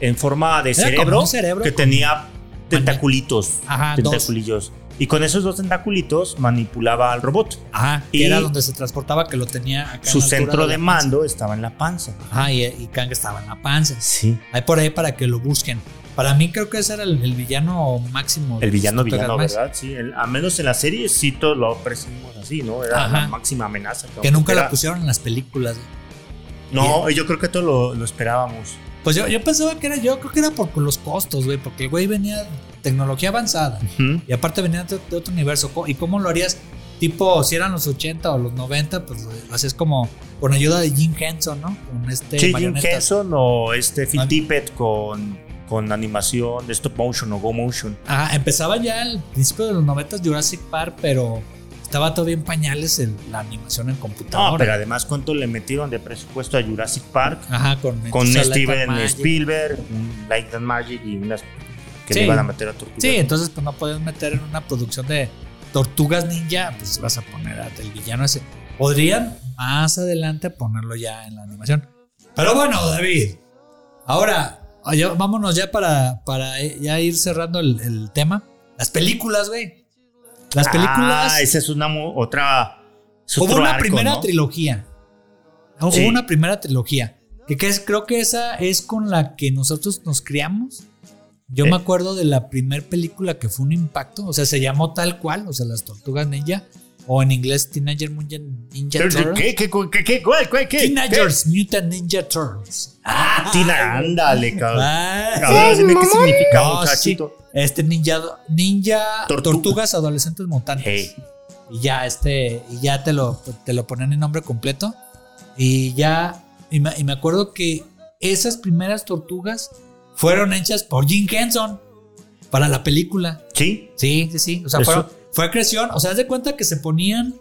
Speaker 1: en forma de
Speaker 2: Era como
Speaker 1: cerebro,
Speaker 2: un cerebro
Speaker 1: que
Speaker 2: con
Speaker 1: tenía tentaculitos.
Speaker 2: Ajá, dos.
Speaker 1: tentaculillos. Y con esos dos tentaculitos manipulaba al robot.
Speaker 2: Ajá, que
Speaker 1: Y-
Speaker 2: era donde se transportaba, que lo tenía acá. en
Speaker 1: Su
Speaker 2: la altura
Speaker 1: centro
Speaker 2: la
Speaker 1: de
Speaker 2: panza.
Speaker 1: mando estaba en la panza.
Speaker 2: Ajá, y, y Kang estaba en la panza.
Speaker 1: Sí.
Speaker 2: Hay por ahí para que lo busquen. Para mí creo que ese era el, el villano máximo. de
Speaker 1: El villano,
Speaker 2: Total
Speaker 1: villano,
Speaker 2: Max,
Speaker 1: ¿verdad? Sí, el- al menos en la serie sí todos lo percibimos así, ¿no? Era
Speaker 2: Ajá.
Speaker 1: la máxima amenaza.
Speaker 2: Que nunca
Speaker 1: Era-
Speaker 2: la pusieron en las películas.
Speaker 1: No, yo creo que todo lo, lo esperábamos.
Speaker 2: Pues yo, yo pensaba que era yo, creo que era por los costos, güey, porque el güey venía de tecnología avanzada.
Speaker 1: Ujú.
Speaker 2: Y aparte venía de, de otro universo. Co- ¿Y cómo lo harías? Tipo, si eran los 80 o los 90, pues lo, lo hacías como con ayuda de Jim Henson, ¿no? Con este
Speaker 1: Sí, Jim
Speaker 2: marionetas.
Speaker 1: Henson o este Phil
Speaker 2: Ah.
Speaker 1: Tippett con, con animación de stop motion o go motion.
Speaker 2: Ajá, Ah, empezaba ya al principio de los 90 Jurassic Park, pero estaba todavía en pañales el- la animación en computadora.
Speaker 1: No, pero además cuánto le metieron de presupuesto a Jurassic Park
Speaker 2: Ajá, con,
Speaker 1: con
Speaker 2: entonces, Light and
Speaker 1: Steven
Speaker 2: Magic.
Speaker 1: Spielberg, un Light and Magic y unas que
Speaker 2: Sí.
Speaker 1: le iban a meter a tortugas.
Speaker 2: Sí, entonces pues no puedes meter en una producción de Tortugas Ninja, pues vas a poner a- al villano ese. Podrían más adelante ponerlo ya en la animación. Pero bueno, David, ahora ya- vámonos ya para, para eh, ya ir cerrando el, el tema. Las películas, güey. Las películas.
Speaker 1: Ah, esa es una mu- otra. es
Speaker 2: Hubo
Speaker 1: otro
Speaker 2: una
Speaker 1: arco,
Speaker 2: primera
Speaker 1: ¿no?
Speaker 2: trilogía. Hubo
Speaker 1: Sí.
Speaker 2: una primera trilogía. Que, que es- creo que esa es con la que nosotros nos criamos. Yo
Speaker 1: Eh.
Speaker 2: me acuerdo de la primera película que fue un impacto. O sea, se llamó tal cual. O sea, Las Tortugas Ninja. O en inglés Teenager Mutant Ninja Turtles.
Speaker 1: ¿Qué? ¿Qué? ¿Qué? ¿Qué? ¿Cuál? ¿Cuál? ¿Qué?
Speaker 2: Teenagers Mutant Ninja Turtles.
Speaker 1: Ah, Tina, ándale, cabrón.
Speaker 2: Ah,
Speaker 1: A ver, dime qué
Speaker 5: mamón.
Speaker 1: significa,
Speaker 2: no,
Speaker 1: muchachito.
Speaker 2: sí. Este ninja, ninja
Speaker 1: Tortuga.
Speaker 2: tortugas adolescentes mutantes.
Speaker 1: Hey.
Speaker 2: Y ya este, y ya te lo, te lo ponen en nombre completo. Y ya, y me, y me acuerdo que esas primeras tortugas fueron hechas por Jim Henson para la película.
Speaker 1: Sí,
Speaker 2: Sí, sí, sí. O sea,
Speaker 1: Eso-
Speaker 2: fueron- fue creación. O sea, haz de cuenta que se ponían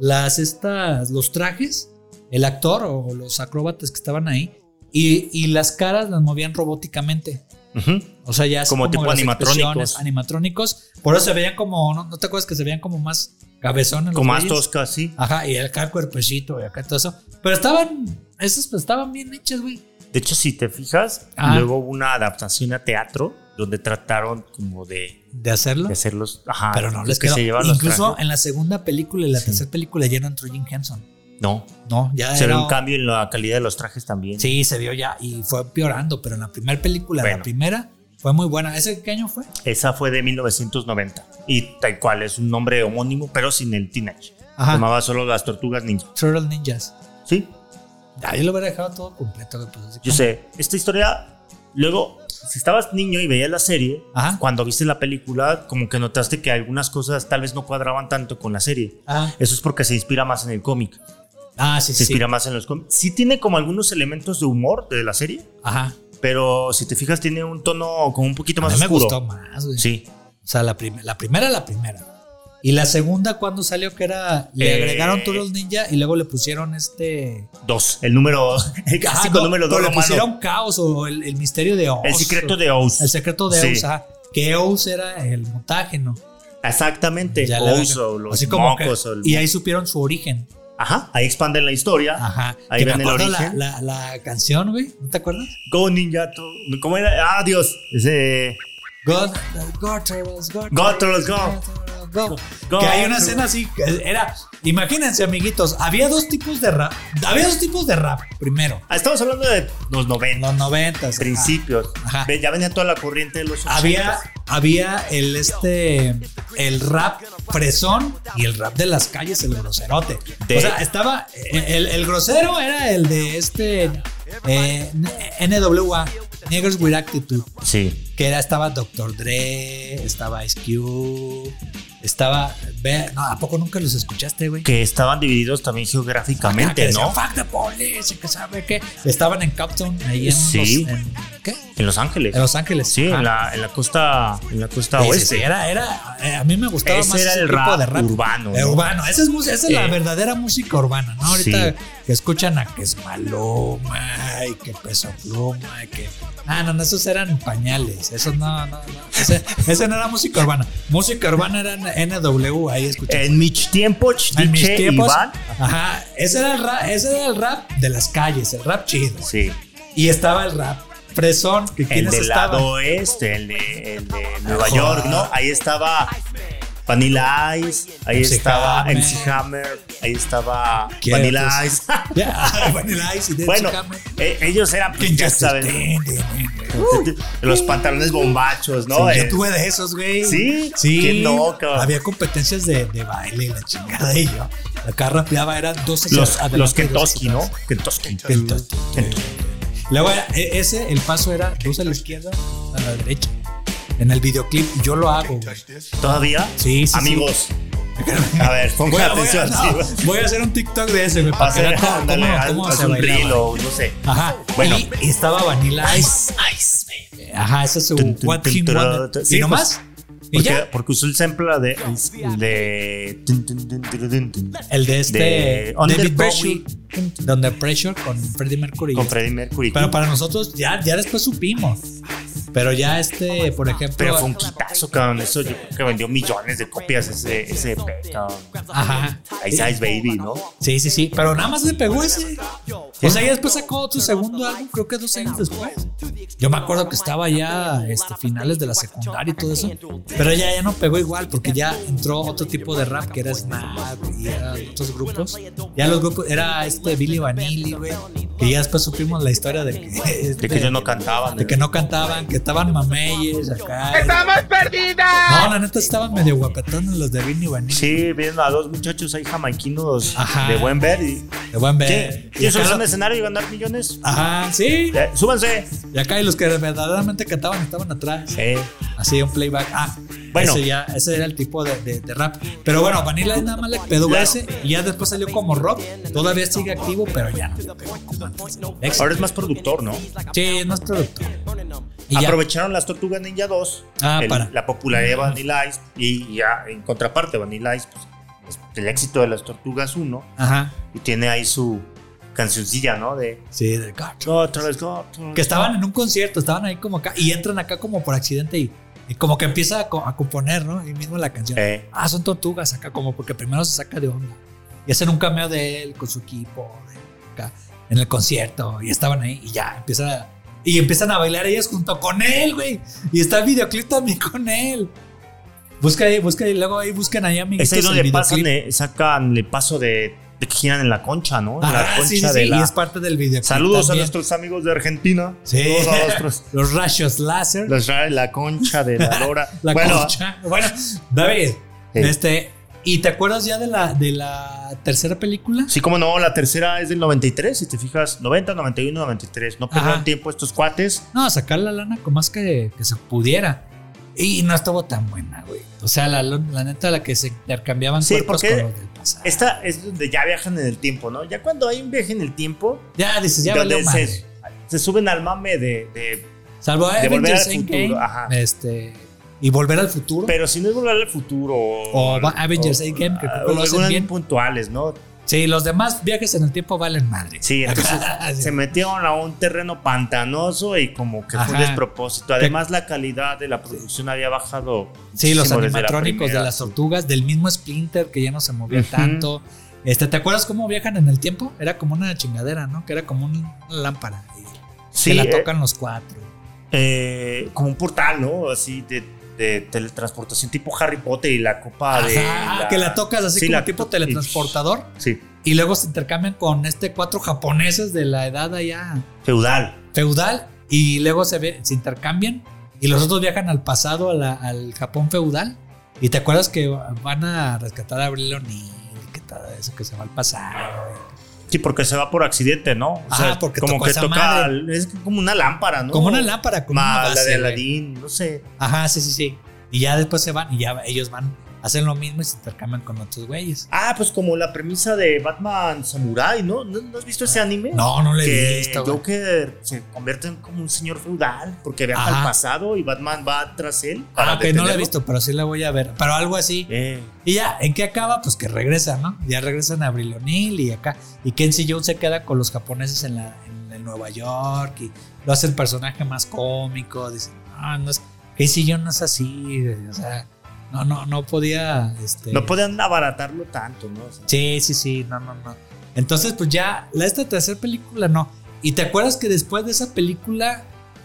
Speaker 2: las estas, los trajes, el actor o los acróbatas que estaban ahí, y, y las caras las movían robóticamente.
Speaker 1: Ujú.
Speaker 2: O sea, ya así
Speaker 1: Como tipo
Speaker 2: las
Speaker 1: animatrónicos.
Speaker 2: expresiones, animatrónicos. Por eso se veían como, ¿no, ¿no te acuerdas que se veían como más cabezones? los
Speaker 1: como más
Speaker 2: güeyes?
Speaker 1: tosca, sí.
Speaker 2: Ajá, y acá el cuerpecito y acá todo eso. Pero estaban, esas pues, estaban bien hechas, güey.
Speaker 1: De hecho, si te fijas,
Speaker 2: Ah.
Speaker 1: luego hubo una adaptación a teatro donde trataron como de,
Speaker 2: De hacerlo.
Speaker 1: de hacerlos. Ajá,
Speaker 2: pero no
Speaker 1: los
Speaker 2: les
Speaker 1: ah, que
Speaker 2: quedó.
Speaker 1: se llevan los
Speaker 2: Incluso
Speaker 1: trajes.
Speaker 2: en la segunda película y la
Speaker 1: Sí.
Speaker 2: tercera película ya no entró Jim Henson.
Speaker 1: No,
Speaker 2: No, ya
Speaker 1: se ve
Speaker 2: era-
Speaker 1: un cambio en la calidad de los trajes también.
Speaker 2: Sí, se vio ya y fue empeorando. Pero en la primera película, la
Speaker 1: Bueno.
Speaker 2: primera, fue muy buena. ¿Ese qué año fue?
Speaker 1: Esa fue de 1990. Y tal cual, es un nombre homónimo, pero sin el teenage.
Speaker 2: Ajá.
Speaker 1: Llamaba solo las tortugas ninja.
Speaker 2: Turtle Ninjas.
Speaker 1: Sí,
Speaker 2: Ahí lo hubiera dejado todo completo. güey, pues, así
Speaker 1: yo
Speaker 2: como-
Speaker 1: sé. Esta historia, luego, si estabas niño y veías la serie,
Speaker 2: Ajá.
Speaker 1: cuando viste la película, como que notaste que algunas cosas tal vez no cuadraban tanto con la serie.
Speaker 2: Ah,
Speaker 1: Eso es porque se inspira más en el cómic.
Speaker 2: ah, sí,
Speaker 1: se
Speaker 2: sí. sí.
Speaker 1: inspira más en los cómics. Sí tiene como algunos elementos de humor de la serie,
Speaker 2: Ajá.
Speaker 1: pero si te fijas tiene un tono como un poquito más
Speaker 2: a mí me
Speaker 1: oscuro.
Speaker 2: gustó más, güey.
Speaker 1: Sí.
Speaker 2: O sea, la, prim- la primera, la primera. Y la segunda, cuando salió, que era. Le
Speaker 1: Eh.
Speaker 2: agregaron Turtles Ninja y luego le pusieron este.
Speaker 1: Dos, el número, *laughs* el clásico
Speaker 2: Ah, no,
Speaker 1: número dos
Speaker 2: pero Le
Speaker 1: romano.
Speaker 2: pusieron Caos o el, el misterio de Oz.
Speaker 1: el secreto de Oz.
Speaker 2: El secreto de
Speaker 1: Sí.
Speaker 2: Oz, ajá. Que Oz era el mutágeno.
Speaker 1: Exactamente.
Speaker 2: Ya le
Speaker 1: Oz
Speaker 2: agregan-
Speaker 1: o los
Speaker 2: así como que-
Speaker 1: mocos. o el-
Speaker 2: Y ahí supieron su origen.
Speaker 1: Ajá, ahí expanden la historia.
Speaker 2: Ajá.
Speaker 1: Ahí
Speaker 2: Que me
Speaker 1: ven el
Speaker 2: acuerdo la,
Speaker 1: origen.
Speaker 2: la, la canción, güey. ¿No te acuerdas?
Speaker 1: Go Ninja, to- ¿cómo era? Ah, Dios. Ese,
Speaker 2: God, God, Turtles, God,
Speaker 1: Go Turtles, go.
Speaker 2: Turtles, go.
Speaker 1: Go,
Speaker 2: que hay una
Speaker 1: Turtles.
Speaker 2: escena así que era imagínense amiguitos había dos tipos de rap había dos tipos de rap primero
Speaker 1: Ah, estamos hablando de los 90,
Speaker 2: en los noventas
Speaker 1: principios.
Speaker 2: Ajá.
Speaker 1: Ve, Ya venía toda la corriente de los 80.
Speaker 2: había había el este el rap fresón y el rap de las calles el groserote
Speaker 1: De-
Speaker 2: o sea estaba el, el grosero era el de este eh, NWA Niggers with Attitude
Speaker 1: Sí.
Speaker 2: que era estaba Dr. Dre, estaba Ice Cube, estaba ve- no, a poco nunca los escuchaste, güey.
Speaker 1: Que estaban divididos también
Speaker 2: Ah, que
Speaker 1: geográficamente,
Speaker 2: decían,
Speaker 1: ¿no?
Speaker 2: Fuck the police, y que sabe qué. Estaban en Compton, ahí en,
Speaker 1: Sí.
Speaker 2: los- en- ¿qué?
Speaker 1: En Los Ángeles.
Speaker 2: En Los Ángeles.
Speaker 1: Sí,
Speaker 2: Ajá.
Speaker 1: en la, en la costa, en la costa
Speaker 2: Sí, sí,
Speaker 1: oeste.
Speaker 2: sí, era, era, eh, a mí me gustaba
Speaker 1: Ese
Speaker 2: más
Speaker 1: era
Speaker 2: ese
Speaker 1: el
Speaker 2: tipo
Speaker 1: rap
Speaker 2: de rap
Speaker 1: urbano,
Speaker 2: Eh,
Speaker 1: ¿no?
Speaker 2: urbano. Esa es, mus- esa es la
Speaker 1: Eh.
Speaker 2: verdad verdadera música urbana, ¿no? Ahorita
Speaker 1: Sí.
Speaker 2: que escuchan a que es maloma y que peso pluma y que. Ah, no, no, esos eran pañales. Esos no, no, no.
Speaker 1: *laughs*
Speaker 2: Ese, ese no era música urbana. Música urbana era NW, ahí escuché.
Speaker 1: En mis tiempos,
Speaker 2: En mis
Speaker 1: Nietzsche,
Speaker 2: tiempos.
Speaker 1: Eh, Iván.
Speaker 2: Ajá. Ese era el rap, ese era el rap de las calles, el rap chido.
Speaker 1: Sí.
Speaker 2: Y estaba el rap fresón. que
Speaker 1: El
Speaker 2: ¿Quiénes
Speaker 1: del
Speaker 2: estaban?
Speaker 1: lado oeste, el de, el de Nueva
Speaker 2: Ajá.
Speaker 1: York, ¿no? Ahí estaba Vanilla Ice, ahí
Speaker 2: MC
Speaker 1: estaba
Speaker 2: Hammer.
Speaker 1: MC Hammer, ahí estaba
Speaker 2: ¿Qué
Speaker 1: Vanilla
Speaker 2: otros?
Speaker 1: Ice.
Speaker 2: Pues, *laughs* Ya, Vanilla Ice y
Speaker 1: *laughs*
Speaker 2: Dead
Speaker 1: bueno,
Speaker 2: Hammer.
Speaker 1: eh, ellos eran, pues, ya
Speaker 2: Injustice
Speaker 1: sabes,
Speaker 2: Ten, ten, ten.
Speaker 1: *laughs* los pantalones bombachos, ¿no?
Speaker 2: Sí,
Speaker 1: Eh,
Speaker 2: yo tuve de esos, güey.
Speaker 1: ¿Sí?
Speaker 2: Sí.
Speaker 1: Qué loco.
Speaker 2: Había competencias de, de baile y la chingada. Y yo acá rapeaba, eran 12
Speaker 1: los,
Speaker 2: adelante
Speaker 1: los
Speaker 2: y 12
Speaker 1: Kentucky, ¿no?
Speaker 2: atrás.
Speaker 1: Kentucky.
Speaker 2: Kentucky. Luego era- e- ese, el paso era dos a la izquierda, a la derecha. En el videoclip, y yo lo hago. güey.
Speaker 1: ¿Todavía?
Speaker 2: Sí, sí, sí.
Speaker 1: Amigos. A ver,
Speaker 2: Voy,
Speaker 1: pongan
Speaker 2: a- voy a-
Speaker 1: atención.
Speaker 2: no,
Speaker 1: sí.
Speaker 2: voy a hacer un TikTok de ese, güey, para que
Speaker 1: Hacer-
Speaker 2: vean cómo,
Speaker 1: ándale,
Speaker 2: cómo-
Speaker 1: haz-
Speaker 2: cómo
Speaker 1: haz
Speaker 2: se
Speaker 1: un
Speaker 2: bailaba.
Speaker 1: reel o no sé.
Speaker 2: Ajá.
Speaker 1: Bueno.
Speaker 2: Y, y estaba Vanilla Ice. Ice, baby. Ajá, ese es su
Speaker 1: Tun, tun,
Speaker 2: What
Speaker 1: tun,
Speaker 2: Him
Speaker 1: tun,
Speaker 2: Wonder.
Speaker 1: tun,
Speaker 2: y
Speaker 1: sí, pues,
Speaker 2: nomás. Y
Speaker 1: Porque,
Speaker 2: ya.
Speaker 1: porque usó el sample de. de. tun, tun, tun, tun, tun, tun,
Speaker 2: El de este.
Speaker 1: de Under
Speaker 2: David Bowie.
Speaker 1: Pressure.
Speaker 2: de Under Pressure con Freddie Mercury.
Speaker 1: con Freddie Mercury.
Speaker 2: Pero para nosotros, ya, ya después supimos. Pero ya este, por ejemplo.
Speaker 1: Pero fue un quitazo, cabrón. Eso yo creo que vendió millones de copias ese, ese EP, cabrón.
Speaker 2: Ajá.
Speaker 1: Ice Ice Baby, ¿no?
Speaker 2: Sí, sí, sí. Pero nada más le pegó ese. O sea, ya después sacó tu segundo álbum, creo que dos años después. Yo me acuerdo que estaba ya este, finales de la secundaria y todo eso. Pero ya, ya no pegó igual, porque ya entró otro tipo de rap que era Snap y era otros grupos. Ya los grupos, era este Billy Vanilli, güey. Y ya después supimos la historia de que.
Speaker 1: De
Speaker 2: este,
Speaker 1: que ellos no cantaban.
Speaker 2: de que
Speaker 1: ¿eh?
Speaker 2: no cantaban, que estaban mameyes acá.
Speaker 3: ¡Estamos perdidas!
Speaker 2: No, la neta estaban medio guapetones los de Vinny Vanilli.
Speaker 1: Sí, viendo a dos muchachos ahí jamaiquinos
Speaker 2: Ajá.
Speaker 1: de buen ver. Y,
Speaker 2: De buen ver.
Speaker 1: ¿Qué? ¿Y eso
Speaker 2: acá
Speaker 1: es un
Speaker 2: lo-
Speaker 1: escenario y ganar millones?
Speaker 2: Ajá, sí.
Speaker 1: Eh, súbanse.
Speaker 2: Y acá y los que verdaderamente cantaban estaban atrás.
Speaker 1: Eh,
Speaker 2: Así un playback. Ah,
Speaker 1: Bueno.
Speaker 2: ese, ya, ese era el tipo de, de- de rap. Pero bueno, Vanilla Ice nada más le pegó
Speaker 1: Claro.
Speaker 2: ese y ya después salió como rock. Todavía sigue activo, pero ya no. le pegó como antes. Éxito.
Speaker 1: ahora es más productor, ¿no?
Speaker 2: Sí, es más productor. Y ya.
Speaker 1: Aprovecharon las Tortugas Ninja 2,
Speaker 2: Ah,
Speaker 1: el-
Speaker 2: para.
Speaker 1: la popularidad de Vanilla Ice, y ya en contraparte, Vanilla Ice, pues, es el éxito de las Tortugas 1,
Speaker 2: Ajá.
Speaker 1: y tiene ahí su cancioncilla, ¿no? De
Speaker 2: Sí, de God.
Speaker 1: otra vez, otra
Speaker 2: Que
Speaker 1: vez.
Speaker 2: estaban en un concierto, estaban ahí como acá y entran acá como por accidente y, y como que empieza a, co- a componer, ¿no? Ahí mismo la canción.
Speaker 1: Eh,
Speaker 2: Ah, son tortugas acá, como porque primero se saca de onda. Y hacen un cameo de él con su equipo de acá, en el concierto y estaban ahí y ya empieza a- y empiezan a bailar ellas junto con él, güey. Y está el videoclip también con él. Busca ahí, busca ahí, luego ahí buscan ahí amiguitos
Speaker 1: es ahí
Speaker 2: el
Speaker 1: Este donde pasan,
Speaker 2: videoclip.
Speaker 1: eh, sacan el paso de, de que giran en la concha, ¿no? En la
Speaker 2: Ah,
Speaker 1: concha
Speaker 2: sí, sí,
Speaker 1: de
Speaker 2: sí,
Speaker 1: la-
Speaker 2: y es parte del videoclip.
Speaker 1: Saludos a
Speaker 2: también.
Speaker 1: nuestros amigos de Argentina.
Speaker 2: Sí.
Speaker 1: Saludos a
Speaker 2: *laughs*
Speaker 1: nuestros.
Speaker 2: los rayos láser.
Speaker 1: Los ra- la concha de la lora.
Speaker 2: La
Speaker 1: bueno,
Speaker 2: concha. Bueno, David,
Speaker 1: Sí.
Speaker 2: este, ¿y te acuerdas ya de la, de la tercera película?
Speaker 1: Sí, como no, la tercera es del 93, si te fijas, 90, 91, 93. No perdieron
Speaker 2: Ajá.
Speaker 1: tiempo estos cuates.
Speaker 2: No, sacar la lana con más que, que se pudiera. Y no estuvo tan buena, güey. O sea, la, la neta, la que se intercambiaban
Speaker 1: Sí,
Speaker 2: cuerpos
Speaker 1: porque
Speaker 2: con los del pasado.
Speaker 1: Esta es donde ya viajan en el tiempo, ¿no? Ya cuando hay un viaje en el tiempo,
Speaker 2: ya dices, Pues ya
Speaker 1: donde
Speaker 2: valió madre.
Speaker 1: se, se suben al mame de, de-
Speaker 2: Salvo
Speaker 1: de volver
Speaker 2: Avengers
Speaker 1: al
Speaker 2: Endgame.
Speaker 1: futuro, ajá.
Speaker 2: Este, y volver al futuro.
Speaker 1: Pero si no es volver al futuro.
Speaker 2: O va- Avengers Endgame, que creo que lo
Speaker 1: o
Speaker 2: hacen
Speaker 1: algunas
Speaker 2: bien.
Speaker 1: puntuales, ¿no?
Speaker 2: sí, los demás viajes en el tiempo valen madre. *laughs*
Speaker 1: Sí, entonces
Speaker 2: Sí.
Speaker 1: se metieron a un terreno pantanoso y como que fue un
Speaker 2: Ajá.
Speaker 1: despropósito. Además, la calidad de la producción había bajado.
Speaker 2: Sí, los
Speaker 1: muchísimo desde la
Speaker 2: animatrónicos de
Speaker 1: primera.
Speaker 2: las tortugas, del mismo Splinter que ya no se movía
Speaker 1: Ujú.
Speaker 2: tanto. Este, ¿Te acuerdas cómo viajan en el tiempo? Era como una chingadera, ¿no? Que era como una lámpara.
Speaker 1: Sí,
Speaker 2: que la
Speaker 1: eh,
Speaker 2: tocan los cuatro.
Speaker 1: eh, como un portal, ¿no? Así de, de teletransportación tipo Harry Potter y la copa Ah, de.
Speaker 2: Ajá, que la tocas así
Speaker 1: sí,
Speaker 2: como
Speaker 1: la
Speaker 2: tipo
Speaker 1: to-
Speaker 2: teletransportador.
Speaker 1: Sí,
Speaker 2: Y luego se intercambian con este cuatro japoneses de la edad allá
Speaker 1: feudal.
Speaker 2: feudal. Y luego se, ve- se intercambian. Y los otros viajan al pasado, a la- al Japón feudal. Y te acuerdas que van a rescatar a Abril O'Neil y que todo eso que se va al pasado.
Speaker 1: Sí, porque se va por accidente, ¿no? O
Speaker 2: Ajá, porque
Speaker 1: como
Speaker 2: tocó
Speaker 1: que
Speaker 2: esa
Speaker 1: toca.
Speaker 2: madre.
Speaker 1: Es como una lámpara, ¿no?
Speaker 2: Como una lámpara, como
Speaker 1: Ma-
Speaker 2: una
Speaker 1: la
Speaker 2: base,
Speaker 1: de
Speaker 2: güey.
Speaker 1: Aladdin, no sé.
Speaker 2: Ajá, sí, sí, sí. Y ya después se van y ya ellos van, hacen lo mismo y se intercambian con otros güeyes.
Speaker 1: Ah, pues como la premisa de Batman Samurai, ¿no? ¿No, no has visto ese anime?
Speaker 2: No, no le he
Speaker 1: que
Speaker 2: visto. güey.
Speaker 1: Joker se convierte en como un señor feudal porque viaja
Speaker 2: Ajá.
Speaker 1: al pasado y Batman va tras él. para
Speaker 2: Ah, que no la he
Speaker 1: detenerlo.
Speaker 2: visto, pero sí la voy a ver. Pero algo así.
Speaker 1: Eh,
Speaker 2: Y ya, ¿en qué acaba? Pues que regresa, ¿no? Ya regresan a Brilonil y acá. Y Kenzie Jones se queda con los japoneses en, la, en, en Nueva York y lo hace el personaje más cómico. Dice, "Ah, no, no es, Kenzie Jones no es así. güey, O sea, no, no, no podía. Este,
Speaker 1: No podían abaratarlo tanto, ¿no? O sea,
Speaker 2: Sí, sí, sí, no, no, no. Entonces, pues ya, la esta tercera película no. Y te acuerdas que después de esa película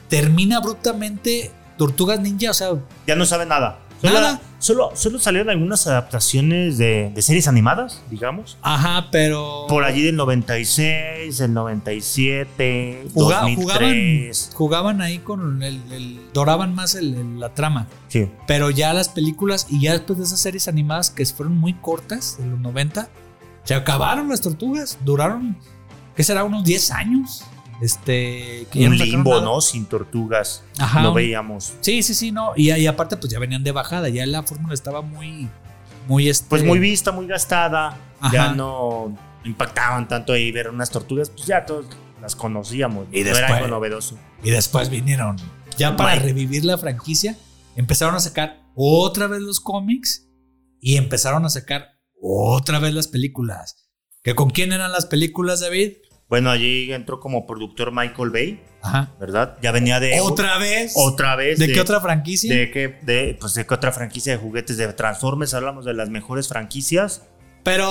Speaker 2: termina abruptamente Tortugas Ninja, o sea,
Speaker 1: ya no sabe nada. Solo,
Speaker 2: Nada.
Speaker 1: Solo, solo salieron algunas adaptaciones de, de series animadas, digamos.
Speaker 2: Ajá, pero.
Speaker 1: Por allí del 96, el 97,
Speaker 2: Juga-
Speaker 1: 2003.
Speaker 2: jugaban, jugaban ahí con el, el- doraban más el- el- la trama.
Speaker 1: Sí.
Speaker 2: Pero ya las películas y ya después de esas series animadas que fueron muy cortas de los 90, se acabaron las tortugas. Duraron, ¿qué será? Unos 10 años. Este, que ya
Speaker 1: Un
Speaker 2: no sacaron
Speaker 1: limbo,
Speaker 2: nada.
Speaker 1: ¿no? Sin tortugas.
Speaker 2: Ajá,
Speaker 1: No
Speaker 2: un-
Speaker 1: veíamos.
Speaker 2: Sí, sí, sí, no. Y, y aparte, pues ya venían de bajada. Ya la fórmula estaba muy, muy este,
Speaker 1: Pues muy vista, muy gastada.
Speaker 2: Ajá.
Speaker 1: Ya no impactaban tanto ahí ver unas tortugas. Pues ya todos las conocíamos.
Speaker 2: Y
Speaker 1: no
Speaker 2: después-
Speaker 1: era algo novedoso.
Speaker 2: Y después vinieron. Ya para
Speaker 1: Mike.
Speaker 2: revivir la franquicia, empezaron a sacar otra vez los cómics y empezaron a sacar otra vez las películas. ¿Que con quién eran las películas, David?
Speaker 1: Bueno, allí entró como productor Michael Bay,
Speaker 2: Ajá.
Speaker 1: ¿verdad? Ya venía de.
Speaker 2: ¿Otra vez?
Speaker 1: otra vez.
Speaker 2: ¿De, qué otra franquicia?
Speaker 1: de qué, de, pues, de qué otra franquicia de juguetes de Transformers hablamos de las mejores franquicias.
Speaker 2: Pero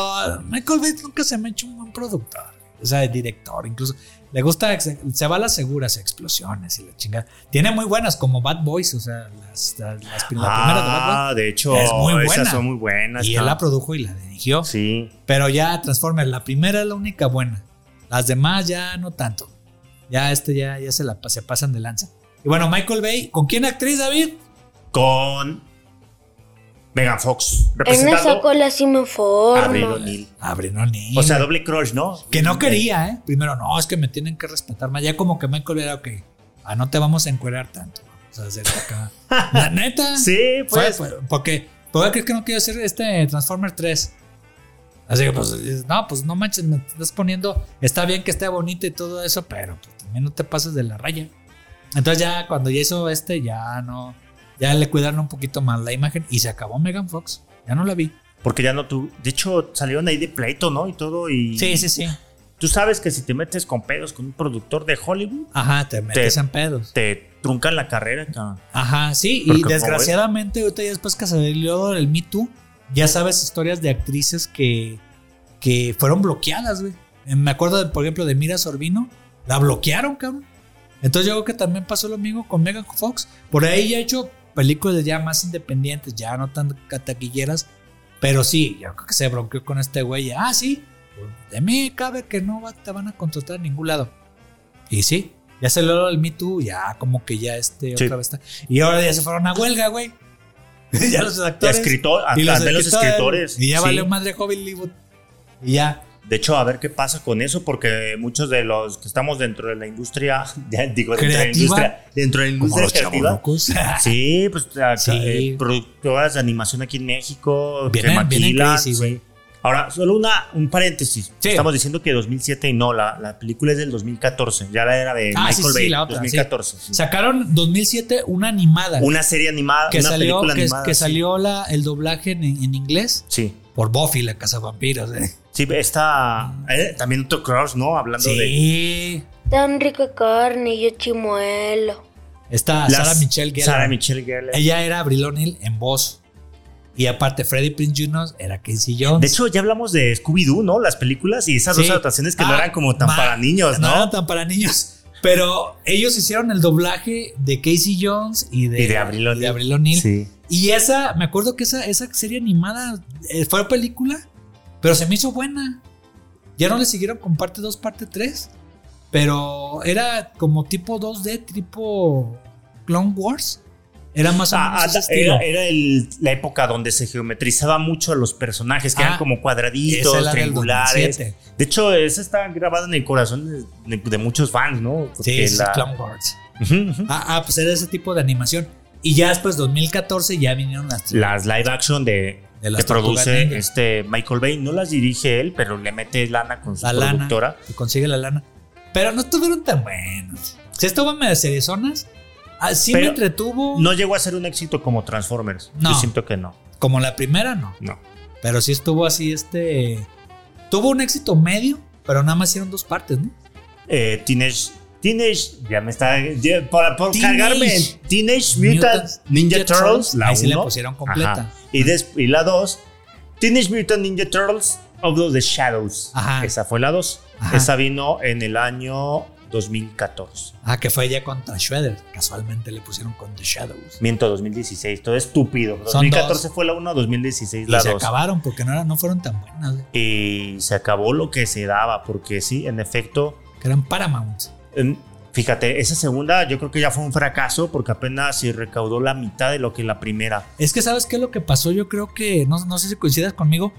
Speaker 2: Michael Bay nunca se me ha hecho un buen productor. O sea, director, incluso. Le gusta, se, se va a las seguras, explosiones y la chingada. Tiene muy buenas, como Bad Boys, o sea, las, las- las- la primera de Bad
Speaker 1: ah, de hecho,
Speaker 2: Es muy buena.
Speaker 1: esas son muy buenas.
Speaker 2: Boys. Y
Speaker 1: ¿no?
Speaker 2: él la produjo y la dirigió.
Speaker 1: Sí.
Speaker 2: Pero ya Transformers, la primera es la única buena. Las demás ya no tanto. Ya este ya, ya se, la, pa- se pasan de lanza. Y bueno, Michael Bay, ¿con quién actriz, David?
Speaker 1: Con Megan Fox,
Speaker 5: En esa
Speaker 1: representando
Speaker 5: cola sí me
Speaker 1: a
Speaker 5: formo.
Speaker 1: Avril O'Neil.
Speaker 2: Abre, Ah, no ni.
Speaker 1: O sea, doble crush, ¿no?
Speaker 2: que no quería, ¿eh? Primero, no, es que me tienen que respetar más. Ya como que Michael Bay era, ok, ah, no te vamos a encuerar tanto. O sea, hacer
Speaker 1: *laughs*
Speaker 2: acá. La neta.
Speaker 1: Sí,
Speaker 2: Fue,
Speaker 1: pues.
Speaker 2: pues, porque, ¿por qué crees que no quiero hacer este Transformer 3? Así que, pues, dices, no, pues no manches, me estás poniendo. Está bien que esté bonito y todo eso, pero pues, también no te pases de la raya. Entonces, ya cuando ya hizo este, ya no. Ya le cuidaron un poquito más la imagen y se acabó Megan Fox. Ya no la vi.
Speaker 1: Porque ya no tú. De hecho, salieron ahí de pleito, ¿no? Y todo. Y
Speaker 2: Sí, sí, sí.
Speaker 1: tú sabes que si te metes con pedos con un productor de Hollywood,
Speaker 2: Ajá, te metes
Speaker 1: Te-
Speaker 2: en pedos.
Speaker 1: te truncan la carrera, cabrón.
Speaker 2: Ajá, sí.
Speaker 1: Porque,
Speaker 2: Y
Speaker 1: como
Speaker 2: desgraciadamente, ahorita ya después que salió el Me Too, ya sabes historias de actrices que, que fueron bloqueadas, güey. Eh, Me acuerdo, de, por ejemplo, de Mira Sorbino. La bloquearon, cabrón. Entonces yo creo que también pasó lo mismo con Megan Fox. Por ahí ya he hecho películas ya más independientes, ya no tan cataquilleras. Pero sí, yo creo que se bronqueó con este güey. Ah, sí. De mí cabe que no va- te van a contratar en ningún lado. Y sí, ya se lo el Me Too, ya como que ya este
Speaker 1: Sí.
Speaker 2: otra vez está. Y ahora ya se fueron a huelga, güey. *laughs* ya los
Speaker 1: Ya
Speaker 2: actores.
Speaker 1: escritor, a,
Speaker 2: y
Speaker 1: a ver los escritores.
Speaker 2: Y ya
Speaker 1: sí.
Speaker 2: valió madre Hollywood. Y ya.
Speaker 1: De hecho, a ver qué pasa con eso, porque muchos de los que estamos dentro de la industria, *laughs* ya digo, dentro de la
Speaker 2: Creativa.
Speaker 1: industria, dentro de la
Speaker 2: Como
Speaker 1: industria
Speaker 2: los
Speaker 1: creativa.
Speaker 2: chavorrucos.
Speaker 1: Sí, pues acá,
Speaker 2: *laughs* Sí.
Speaker 1: eh, productoras de animación aquí en México, que
Speaker 2: Vienen, vienen
Speaker 1: maquilan.
Speaker 2: crisis, güey.
Speaker 1: Ahora, solo una, un paréntesis.
Speaker 2: Sí.
Speaker 1: Estamos diciendo que 2007 y no, la, la película es del 2014, ya la era de
Speaker 2: Ah,
Speaker 1: Michael
Speaker 2: sí, sí,
Speaker 1: Bay,
Speaker 2: la otra, sí.
Speaker 1: 2014. sí.
Speaker 2: *laughs* Sacaron 2007 una animada.
Speaker 1: Una serie animada,
Speaker 2: que
Speaker 1: una
Speaker 2: salió,
Speaker 1: película
Speaker 2: que,
Speaker 1: animada.
Speaker 2: que
Speaker 1: sí.
Speaker 2: salió la, el doblaje en, en inglés
Speaker 1: Sí.
Speaker 2: por Buffy, la casa vampiros. eh.
Speaker 1: Sí, esta eh, también otro cross, ¿no? Hablando de
Speaker 2: Sí.
Speaker 5: Tan rica carne y yo chimuelo.
Speaker 2: Está
Speaker 1: Las-
Speaker 2: Sarah Michelle Gellar.
Speaker 1: Sarah Michelle Gellar.
Speaker 2: Ella era Abril O'Neill en voz. Y aparte, Freddy Prinze Jr. era Casey Jones.
Speaker 1: De hecho, ya hablamos de Scooby-Doo, ¿no? Las películas y esas dos
Speaker 2: Sí.
Speaker 1: adaptaciones que no
Speaker 2: Ah,
Speaker 1: eran como tan
Speaker 2: ma-
Speaker 1: para niños,
Speaker 2: no
Speaker 1: ¿no?
Speaker 2: eran tan pues para niños. Pero ellos hicieron el doblaje de Casey Jones y de,
Speaker 1: Y de Abril O'Neil.
Speaker 2: y de Abril O'Neil.
Speaker 1: Sí.
Speaker 2: Y esa, me acuerdo que esa, esa serie animada eh, fue película, pero se me hizo buena. Ya no le siguieron con parte 2, parte 3, pero era como tipo 2D, tipo Clone Wars. Era más o menos
Speaker 1: Ah, ah,
Speaker 2: ese estilo.
Speaker 1: era era el- la época donde se geometrizaba mucho a los personajes, que
Speaker 2: Ah,
Speaker 1: eran como cuadraditos,
Speaker 2: Esa es la del
Speaker 1: triangulares.
Speaker 2: 2007.
Speaker 1: De hecho, esa está grabada en el corazón de, de muchos fans, ¿no?
Speaker 2: Sí,
Speaker 1: Porque
Speaker 2: sí,
Speaker 1: la-
Speaker 2: Clone Wars.
Speaker 1: Ujú, ujú.
Speaker 2: Ah, ah, pues era ese tipo de animación. Y ya después, 2014, ya vinieron las...
Speaker 1: Las live action de,
Speaker 2: De las
Speaker 1: que produce
Speaker 2: Tortugas Ninja.
Speaker 1: este Michael Bay, no las dirige él, pero le mete lana con su
Speaker 2: La lana.
Speaker 1: productora.
Speaker 2: que consigue la lana. Pero no estuvieron tan buenos. Si estuvo medio seriozonas, así me
Speaker 1: Pero
Speaker 2: entretuvo.
Speaker 1: No llegó a ser un éxito como Transformers.
Speaker 2: No.
Speaker 1: Yo siento que no.
Speaker 2: Como la primera, no.
Speaker 1: No.
Speaker 2: Pero sí estuvo así, este. Tuvo un éxito medio, pero nada más hicieron dos partes, ¿no?
Speaker 1: eh, Teenage. Teenage, ya me está. ya- para, por
Speaker 2: Teenage
Speaker 1: cargarme. Teenage Mutant
Speaker 2: Mutant
Speaker 1: Ninja, Turtles, la
Speaker 2: Ahí sí la
Speaker 1: uno.
Speaker 2: pusieron completa.
Speaker 1: Ajá. Y, des- y la 2. Teenage Mutant Ninja Turtles of the Shadows.
Speaker 2: Ajá.
Speaker 1: Esa fue la 2.
Speaker 2: Ajá.
Speaker 1: Esa vino en el año 2014.
Speaker 2: Ah, que fue ya contra Shredder. Casualmente le pusieron con The Shadows.
Speaker 1: Miento, 2016, todo estúpido.
Speaker 2: Son
Speaker 1: 2014
Speaker 2: dos.
Speaker 1: fue la 1, 2016
Speaker 2: Y
Speaker 1: la
Speaker 2: se
Speaker 1: 2.
Speaker 2: acabaron porque no, era- no fueron tan buenas. güey.
Speaker 1: Y se acabó lo que se daba, porque sí, en efecto,
Speaker 2: Que eran Paramount.
Speaker 1: en- fíjate, esa segunda yo creo que ya fue un fracaso porque apenas se recaudó la mitad de lo que la primera.
Speaker 2: Es que, ¿sabes qué es lo que pasó? Yo creo que, no, no sé si coincidas conmigo,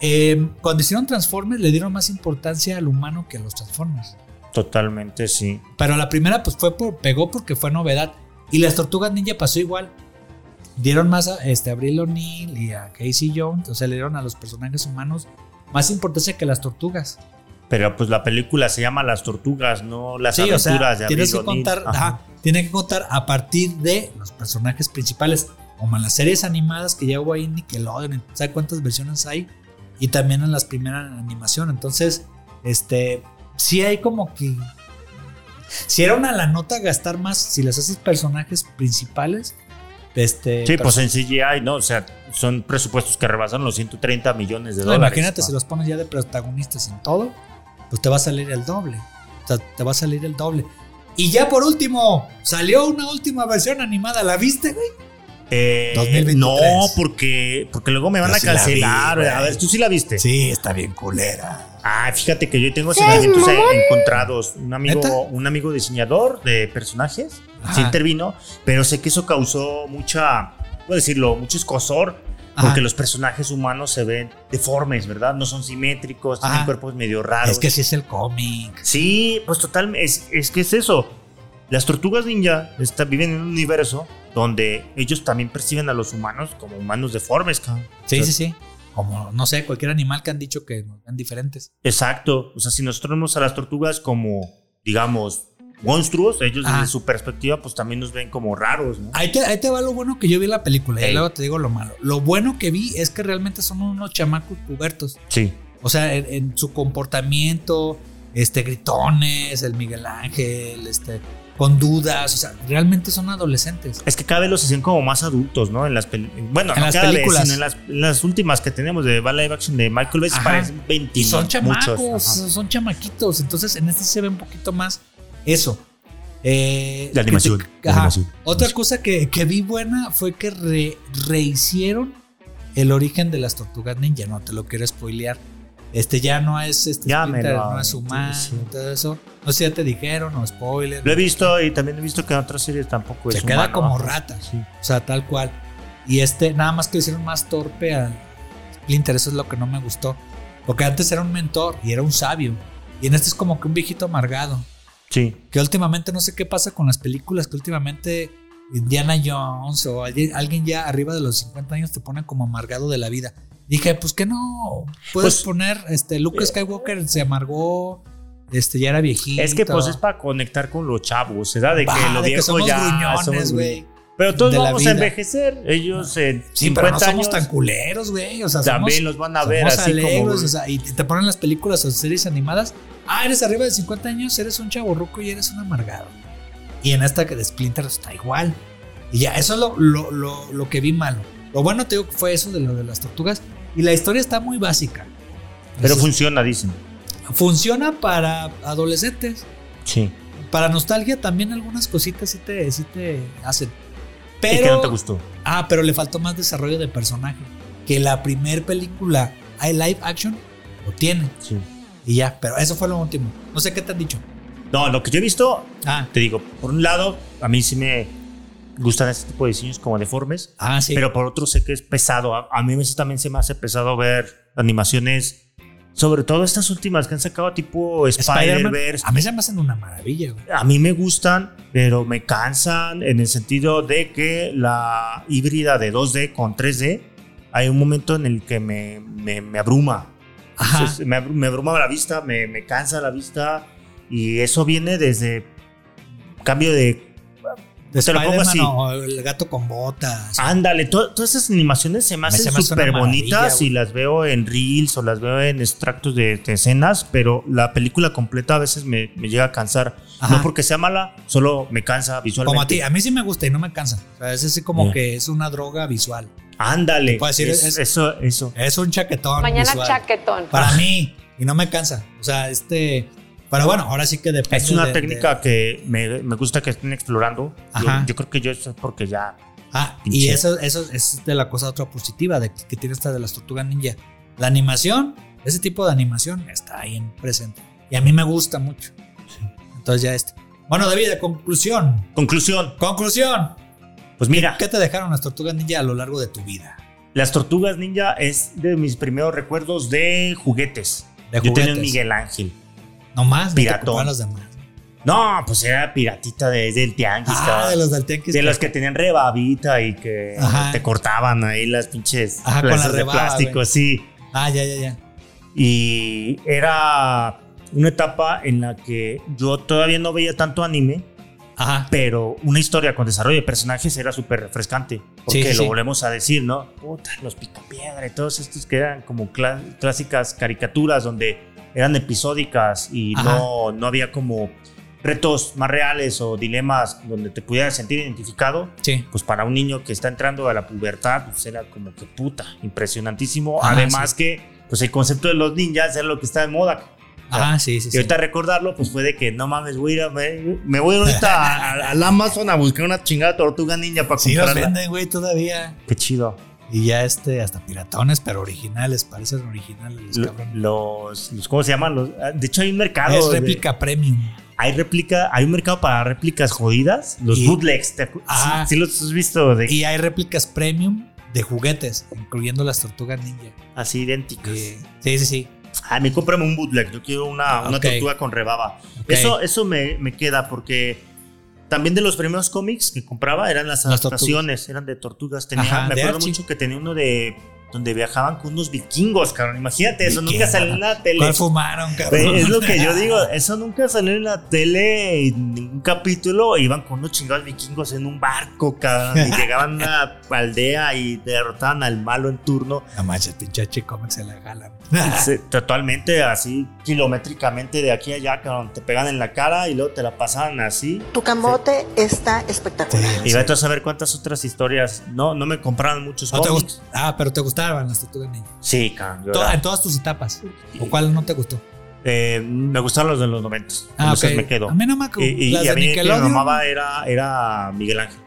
Speaker 2: eh, cuando hicieron Transformers le dieron más importancia al humano que a los Transformers.
Speaker 1: Totalmente, sí.
Speaker 2: Pero la primera pues fue por, pegó porque fue novedad. Y las Tortugas Ninja pasó igual. Dieron más a, este, a Abril O'Neill y a Casey Jones, o sea, le dieron a los personajes humanos más importancia que las tortugas.
Speaker 1: Pero pues la película se llama Las Tortugas, no Las
Speaker 2: Sí, o
Speaker 1: Aventuras
Speaker 2: sea,
Speaker 1: de Abril
Speaker 2: tienes que
Speaker 1: O'Neill.
Speaker 2: contar,
Speaker 1: Ajá.
Speaker 2: ajá, tienen que contar a partir de los personajes principales, como en las series animadas que ya hubo ahí en Nickelodeon, ¿sabes cuántas versiones hay? Y también en las primeras en animación, entonces, este, sí hay como que si era una la nota gastar más si les haces personajes principales, este,
Speaker 1: Sí, pues
Speaker 2: perso-
Speaker 1: en CGI, ¿no? O sea, son presupuestos que rebasan los 130 millones de
Speaker 2: no,
Speaker 1: dólares.
Speaker 2: imagínate
Speaker 1: ¿no?
Speaker 2: si los pones ya de protagonistas en todo, pues te va a salir el doble. O sea, te va a salir el doble. Y ya por último, salió una última versión animada, ¿la viste, güey?
Speaker 1: Eh,
Speaker 2: 2023.
Speaker 1: No, porque, porque luego me van
Speaker 2: Yo
Speaker 1: a
Speaker 2: sí la
Speaker 1: cancelar.
Speaker 2: vi, güey.
Speaker 1: a ver, ¿tú sí la viste?
Speaker 2: Sí, está bien culera.
Speaker 1: Ah, fíjate que yo tengo
Speaker 5: Sí,
Speaker 1: sentimientos
Speaker 5: mamón.
Speaker 1: encontrados. Un
Speaker 2: ¿Neta?
Speaker 1: amigo, un amigo diseñador de personajes
Speaker 2: Ajá.
Speaker 1: se intervino, pero sé que eso causó mucha, ¿cómo decirlo? Mucho escosor.
Speaker 2: Ajá.
Speaker 1: Porque los personajes humanos se ven deformes, ¿verdad? No son simétricos,
Speaker 2: Ajá.
Speaker 1: tienen cuerpos medio raros.
Speaker 2: Es que sí es el cómic.
Speaker 1: Sí, pues total, es, es que es eso. Las tortugas ninja está- viven en un universo donde ellos también perciben a los humanos como humanos deformes, cabrón.
Speaker 2: Sí,
Speaker 1: O sea,
Speaker 2: sí, sí. Como, no sé, cualquier animal que han dicho que nos ven diferentes.
Speaker 1: Exacto. O sea, si nosotros vemos a las tortugas como, digamos, monstruos, ellos
Speaker 2: Ah.
Speaker 1: desde su perspectiva, pues también nos ven como raros, ¿no?
Speaker 2: Ahí te, ahí te va lo bueno que yo vi la película y
Speaker 1: Ey.
Speaker 2: luego te digo lo malo. Lo bueno que vi es que realmente son unos chamacos pubertos.
Speaker 1: Sí.
Speaker 2: O sea, en, en su comportamiento, este, gritones, el Miguel Ángel, este, con dudas. O sea, realmente son adolescentes.
Speaker 1: Es que cada vez los hacen como más adultos, ¿no? En las peli- Bueno,
Speaker 2: En
Speaker 1: no
Speaker 2: las
Speaker 1: cada vez,
Speaker 2: películas.
Speaker 1: sino en las, en las últimas que tenemos de Live Action de Michael Bay,
Speaker 2: Ajá.
Speaker 1: parecen 20
Speaker 2: Y son chamacos,
Speaker 1: muchos. Ajá.
Speaker 2: son chamaquitos. Entonces, en este se ve un poquito más eso. Eh,
Speaker 1: De animación,
Speaker 2: que te-
Speaker 1: de
Speaker 2: ajá.
Speaker 1: animación.
Speaker 2: Otra cosa que, que vi buena fue que re- rehicieron el origen de las tortugas ninja. No te lo quiero spoilear. Este ya no es este
Speaker 1: Ya
Speaker 2: Splinter,
Speaker 1: me lo-
Speaker 2: no es humano,
Speaker 1: sí.
Speaker 2: todo eso. No sé si ya te dijeron, no spoiler.
Speaker 1: Lo he visto y también he visto que en otras series tampoco
Speaker 2: se
Speaker 1: es
Speaker 2: queda
Speaker 1: humano,
Speaker 2: como
Speaker 1: ajá.
Speaker 2: rata.
Speaker 1: Sí.
Speaker 2: O sea, tal cual. Y este, nada más que lo hicieron más torpe al Splinter, eso es lo que no me gustó. Porque antes era un mentor y era un sabio. Y en este es como que un viejito amargado.
Speaker 1: Sí.
Speaker 2: Que últimamente no sé qué pasa con las películas, que últimamente Indiana Jones o alguien, alguien ya arriba de los 50 años te ponen como amargado de la vida. Dije, pues que no, puedes
Speaker 1: Pues- eh,
Speaker 2: poner, este, Luke Skywalker se amargó, este, ya era viejito.
Speaker 1: Es que pues es para conectar con los chavos, ¿verdad? De que
Speaker 2: Bah,
Speaker 1: lo
Speaker 2: de que
Speaker 1: viejo
Speaker 2: somos
Speaker 1: ya
Speaker 2: gruñones,
Speaker 1: somos
Speaker 2: güey.
Speaker 1: gruñones. Pero todos
Speaker 2: De la
Speaker 1: vamos
Speaker 2: vida.
Speaker 1: a envejecer. Ellos en
Speaker 2: Sí,
Speaker 1: 50
Speaker 2: pero no somos
Speaker 1: años
Speaker 2: tan culeros, güey. O sea,
Speaker 1: también
Speaker 2: somos,
Speaker 1: los van a ver
Speaker 2: somos
Speaker 1: así como
Speaker 2: alegres, o sea, y te te ponen las películas o series animadas. Ah, eres arriba de 50 años, eres un chaborruco y eres un amargado. Y en esta que de Splinter está igual. Y ya, eso es lo, lo, lo- lo que vi malo. Lo bueno te digo que fue eso de lo de las tortugas. Y la historia está muy básica.
Speaker 1: pero
Speaker 2: Es-
Speaker 1: funciona, dicen.
Speaker 2: funciona para adolescentes.
Speaker 1: Sí.
Speaker 2: Para nostalgia también algunas cositas sí te, sí te hacen. Pero
Speaker 1: ¿Y que no te gustó?
Speaker 2: Ah, pero le faltó más desarrollo de personaje. Que la primer película hay live action lo tiene.
Speaker 1: Sí.
Speaker 2: Y ya, pero eso fue lo último. No sé qué te han dicho.
Speaker 1: No, lo que yo he visto,
Speaker 2: Ah,
Speaker 1: te digo, por un lado, a mí sí me gustan este tipo de diseños como deformes.
Speaker 2: ah sí.
Speaker 1: Pero por otro sé que es pesado. A, a mí a veces también se me hace pesado ver animaciones, sobre todo estas últimas que han sacado tipo
Speaker 2: Spider-Man,
Speaker 1: Spider-Verse.
Speaker 2: A mí se me hacen una maravilla, güey.
Speaker 1: A mí me gustan, pero me cansan en el sentido de que la híbrida de 2D con 3D, hay un momento en el que me, me- me abruma.
Speaker 2: Ajá.
Speaker 1: Entonces, me, abru- me abruma la vista, me, me cansa la vista. Y eso viene desde cambio de...
Speaker 2: De
Speaker 1: te lo pongo
Speaker 2: Spider-Man
Speaker 1: así. Ah,
Speaker 2: o el gato con botas.
Speaker 1: Ándale, to- todas esas animaciones se me
Speaker 2: Se
Speaker 1: hacen
Speaker 2: me hace una
Speaker 1: súper bonitas
Speaker 2: maravilla,
Speaker 1: y las veo en reels o las veo en extractos de, de escenas, pero la película completa a veces me, me llega a cansar.
Speaker 2: Ajá.
Speaker 1: No porque sea mala, solo me cansa visualmente.
Speaker 2: como a ti. A mí sí me gusta y no me cansa. O sea, es así como
Speaker 1: Ya.
Speaker 2: que es una droga visual.
Speaker 1: Ándale.
Speaker 2: Puedo decir,
Speaker 1: es-
Speaker 2: es-
Speaker 1: eso, eso.
Speaker 2: Es un chaquetón.
Speaker 6: Mañana
Speaker 2: visual.
Speaker 6: chaquetón.
Speaker 2: Para mí. Y no me cansa. O sea, este. Pero bueno, ahora sí que depende.
Speaker 1: Es una
Speaker 2: de- de-
Speaker 1: técnica que me, me gusta que estén explorando. Yo,
Speaker 2: Ajá.
Speaker 1: yo creo que yo eso es porque ya.
Speaker 2: Ah, y
Speaker 1: Pinche.
Speaker 2: eso, eso es de la cosa otra positiva de que, que tiene esta de las tortugas ninja. La animación, ese tipo de animación está ahí en presente. Y a mí me gusta mucho. Entonces ya este. Bueno, David, de conclusión.
Speaker 1: Conclusión.
Speaker 2: Conclusión.
Speaker 1: Pues mira,
Speaker 2: ¿Qué te dejaron las tortugas ninja a lo largo de tu vida?
Speaker 1: las tortugas ninja es de mis primeros recuerdos de juguetes.
Speaker 2: De
Speaker 1: Yo tenía
Speaker 2: juguetes.
Speaker 1: un Miguel Ángel.
Speaker 2: No más, no te
Speaker 1: Piratón.
Speaker 2: ocupaban los demás.
Speaker 1: No, pues era piratita desde el tianguis.
Speaker 2: Ah,
Speaker 1: cabrón.
Speaker 2: de los del tianguis.
Speaker 1: De los que tenían rebabita y que
Speaker 2: Ajá.
Speaker 1: te cortaban ahí las pinches
Speaker 2: Ajá, con la
Speaker 1: plazas de
Speaker 2: rebaba,
Speaker 1: plástico,
Speaker 2: güey.
Speaker 1: sí.
Speaker 2: Ah, ya, ya, ya.
Speaker 1: Y era una etapa en la que yo todavía no veía tanto anime,
Speaker 2: Ajá.
Speaker 1: pero una historia con desarrollo de personajes era súper refrescante. Porque
Speaker 2: Sí, sí,
Speaker 1: lo
Speaker 2: sí.
Speaker 1: volvemos a decir, ¿no? Puta, los picapiedra y todos estos que eran como cla- clásicas caricaturas donde eran episódicas y
Speaker 2: Ajá.
Speaker 1: no, no había como retos más reales o dilemas donde te pudieras sentir identificado
Speaker 2: Sí.
Speaker 1: pues para un niño que está entrando a la pubertad, pues era como que puta, impresionantísimo.
Speaker 2: Ajá,
Speaker 1: Además que, pues el concepto de los ninjas era lo que está de moda.
Speaker 2: Ajá, sí, sí,
Speaker 1: Y
Speaker 2: sí.
Speaker 1: ahorita recordarlo, pues fue de que no mames, voy a ir a- me, me voy ahorita a- a- al Amazon a buscar una chingada tortuga ninja para
Speaker 2: Sí, los
Speaker 1: comprarla.
Speaker 2: venden, güey, todavía.
Speaker 1: Qué chido.
Speaker 2: Y ya este, hasta piratones, pero originales, parecen originales los
Speaker 1: Lo-
Speaker 2: cabrones.
Speaker 1: Los, los- ¿cómo se llaman? Los, ah, de hecho, hay un mercado.
Speaker 2: es
Speaker 1: de-
Speaker 2: réplica premium.
Speaker 1: hay réplica, hay un mercado para réplicas jodidas. Los
Speaker 2: Y-
Speaker 1: bootlegs. ¿te acu-
Speaker 2: Ajá.
Speaker 1: Sí, sí los has visto de,
Speaker 2: Y hay réplicas premium de juguetes, incluyendo las tortugas ninja.
Speaker 1: así idénticas.
Speaker 2: Sí, sí, sí. sí.
Speaker 1: A mí cómprame un bootleg, yo quiero una, una
Speaker 2: Ok.
Speaker 1: tortuga con rebaba.
Speaker 2: Ok.
Speaker 1: Eso, eso me, me queda porque también de los primeros cómics que compraba eran las
Speaker 2: Las tortugas.
Speaker 1: adaptaciones, eran de tortugas. Tenía,
Speaker 2: Ajá,
Speaker 1: me
Speaker 2: de
Speaker 1: acuerdo
Speaker 2: Archie.
Speaker 1: mucho que tenía uno de donde viajaban con unos vikingos, cabrón. Imagínate, eso nunca
Speaker 2: Vikingos.
Speaker 1: salió en la tele.
Speaker 2: ¿Cuál fumaron, cabrón?
Speaker 1: Güey, eh, Es lo que yo digo, eso nunca salió en la tele en ningún capítulo. Iban con unos chingados vikingos en un barco, cabrón, y llegaban a una aldea y derrotaban al malo en turno.
Speaker 2: *laughs* No manches, pinche chico, me se la jalan.
Speaker 1: Sí, totalmente así, kilométricamente de aquí a allá, cabrón. Te pegan en la cara y luego te la pasaban así.
Speaker 6: Tu camote está espectacular.
Speaker 2: Sí.
Speaker 1: Y vete a saber cuántas otras historias. No, no me compraron muchos
Speaker 2: ¿No te
Speaker 1: cómics.
Speaker 2: gust- ah, pero te gustaban las tortugas ninja.
Speaker 1: Sí, cabrón. yo
Speaker 2: To-
Speaker 1: era-
Speaker 2: en todas tus etapas. ¿O cuál no te gustó?
Speaker 1: eh, me gustaron los de los 90.
Speaker 2: Ah,
Speaker 1: entonces
Speaker 2: ok.
Speaker 1: me quedo.
Speaker 2: A mí no me acu-
Speaker 1: Y, y-
Speaker 2: las
Speaker 1: y
Speaker 2: de
Speaker 1: a mí el que me
Speaker 2: Nickelodeon.
Speaker 1: mamaba era, era Miguel Ángel.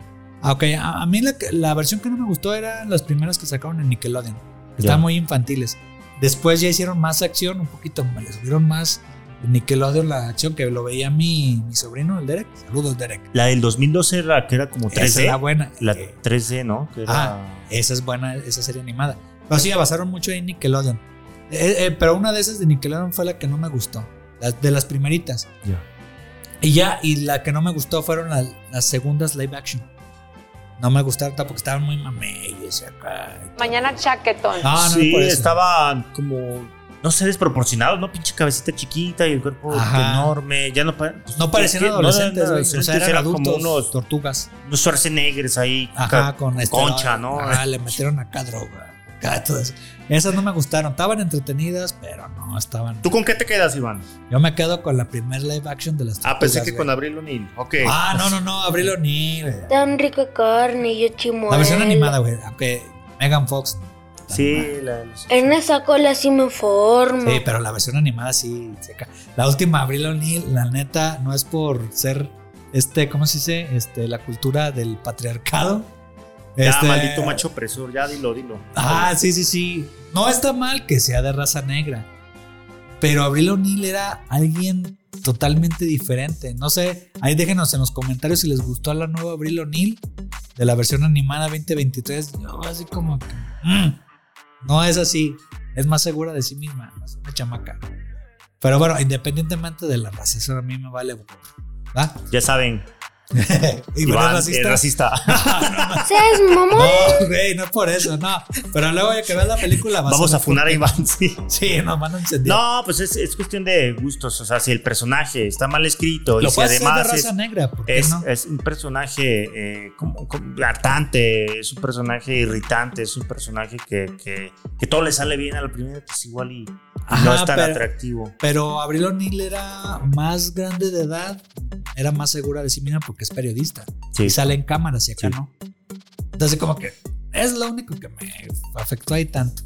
Speaker 2: Ah, ok. A, a mí la, que- la versión que no me gustó eran las primeras que sacaron en Nickelodeon. que
Speaker 1: Ya.
Speaker 2: Estaban muy infantiles. Después ya hicieron más acción, un poquito, me les subieron más en Nickelodeon la acción que lo veía mi, mi sobrino, el Derek. Saludos, Derek.
Speaker 1: La del 2012 era que era como 3D.
Speaker 2: Esa es la buena.
Speaker 1: la
Speaker 2: Eh,
Speaker 1: 3D, ¿no? Que era-
Speaker 2: Ah, esa es buena, esa serie animada. Pero sí, basaron mucho en Nickelodeon. Eh, eh, pero una de esas de Nickelodeon fue la que no me gustó. la- de las primeritas.
Speaker 1: Ya.
Speaker 2: Y ya, y la que no me gustó fueron la- las segundas live action. No me gustaron tampoco, estaban muy mameyes y acá.
Speaker 7: Mañana chaquetón.
Speaker 2: Ah, No, no,
Speaker 1: sí,
Speaker 2: por eso.
Speaker 1: estaban como, no sé, desproporcionados, ¿no? Pinche cabecita chiquita y el cuerpo
Speaker 2: Ajá.
Speaker 1: enorme. Ya no, pa- pues,
Speaker 2: No parecían
Speaker 1: es que no eran
Speaker 2: adolescentes, güey. o sea,
Speaker 1: adolescentes,
Speaker 2: eran
Speaker 1: era
Speaker 2: adultos,
Speaker 1: como unos,
Speaker 2: tortugas.
Speaker 1: unos Schwarzeneggers ahí.
Speaker 2: Ajá,
Speaker 1: ca-
Speaker 2: con esteroides.
Speaker 1: concha, ¿no?
Speaker 2: Ajá, le metieron acá droga. acá, todo eso. Esas no me gustaron. Estaban entretenidas, pero no estaban.
Speaker 1: ¿Tú con qué te quedas, Iván?
Speaker 2: Yo me quedo con la primer live action de las tortugas.
Speaker 1: Ah, pensé que
Speaker 2: güey.
Speaker 1: con Abril O'Neill. Ok.
Speaker 2: Ah, no, no, no, Abril O'Neil.
Speaker 5: Tan rico carne y yo chimuelo.
Speaker 2: La versión animada, güey. Aunque Megan Fox.
Speaker 1: Sí, la, los-
Speaker 5: En esa cola sí me formo.
Speaker 2: Sí, pero la versión animada sí. se ca- La última Abril O'Neil, la neta, no es por ser, este, ¿cómo se dice? Este, la cultura del patriarcado.
Speaker 1: ya,
Speaker 2: Este-
Speaker 1: maldito macho opresor, ya dilo, dilo.
Speaker 2: Ah, sí, sí, sí. No está mal que sea de raza negra. Pero Abril O'Neill era alguien totalmente diferente. No sé, ahí déjenos en los comentarios si les gustó la nueva Abril O'Neill de la versión animada 2023. Yo así como que, mm, no es así. Es más segura de sí misma, es una chamaca. Pero bueno, independientemente de la raza, eso a mí me vale.
Speaker 1: *laughs*
Speaker 2: ¿Va?
Speaker 1: Ya saben,
Speaker 2: y bueno,
Speaker 1: Iván
Speaker 2: racista.
Speaker 1: es racista.
Speaker 2: *laughs*
Speaker 5: ¿Seas mamón?
Speaker 2: No, güey, no por eso, no. Pero luego de que veas la película vas
Speaker 1: Vamos a funar a Iván,
Speaker 2: *laughs*
Speaker 1: sí.
Speaker 2: Sí, nos van a encender.
Speaker 1: No, pues es, es cuestión de gustos. O sea, si el personaje está mal escrito y
Speaker 2: lo
Speaker 1: si
Speaker 2: puedes hacer de
Speaker 1: además
Speaker 2: raza
Speaker 1: es,
Speaker 2: negra, ¿por qué
Speaker 1: es,
Speaker 2: no?
Speaker 1: es un personaje eh, como, como hartante, es un personaje irritante, es un personaje que, que, que todo le sale bien a la primera, pues igual y, y no
Speaker 2: Ajá,
Speaker 1: es tan
Speaker 2: pero-
Speaker 1: atractivo.
Speaker 2: Pero Abril O'Neill era más grande de edad, era más segura de sí misma porque es periodista
Speaker 1: Sí.
Speaker 2: y sale en cámaras y acá
Speaker 1: Sí.
Speaker 2: no. Entonces como que es lo único que me afectó ahí tanto.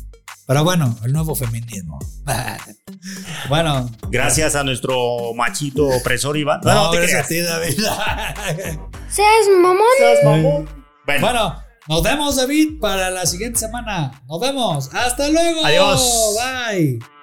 Speaker 2: Pero bueno, el nuevo feminismo. *laughs* bueno,
Speaker 1: Gracias a nuestro machito opresor Iván. No, no te
Speaker 2: gracias
Speaker 1: creas.
Speaker 2: a ti, David. *laughs*
Speaker 5: Seas mamón.
Speaker 1: Seas mamón. Bueno,
Speaker 2: bueno, nos vemos, David, para la siguiente semana. Nos vemos. Hasta luego.
Speaker 1: Adiós.
Speaker 2: Bye.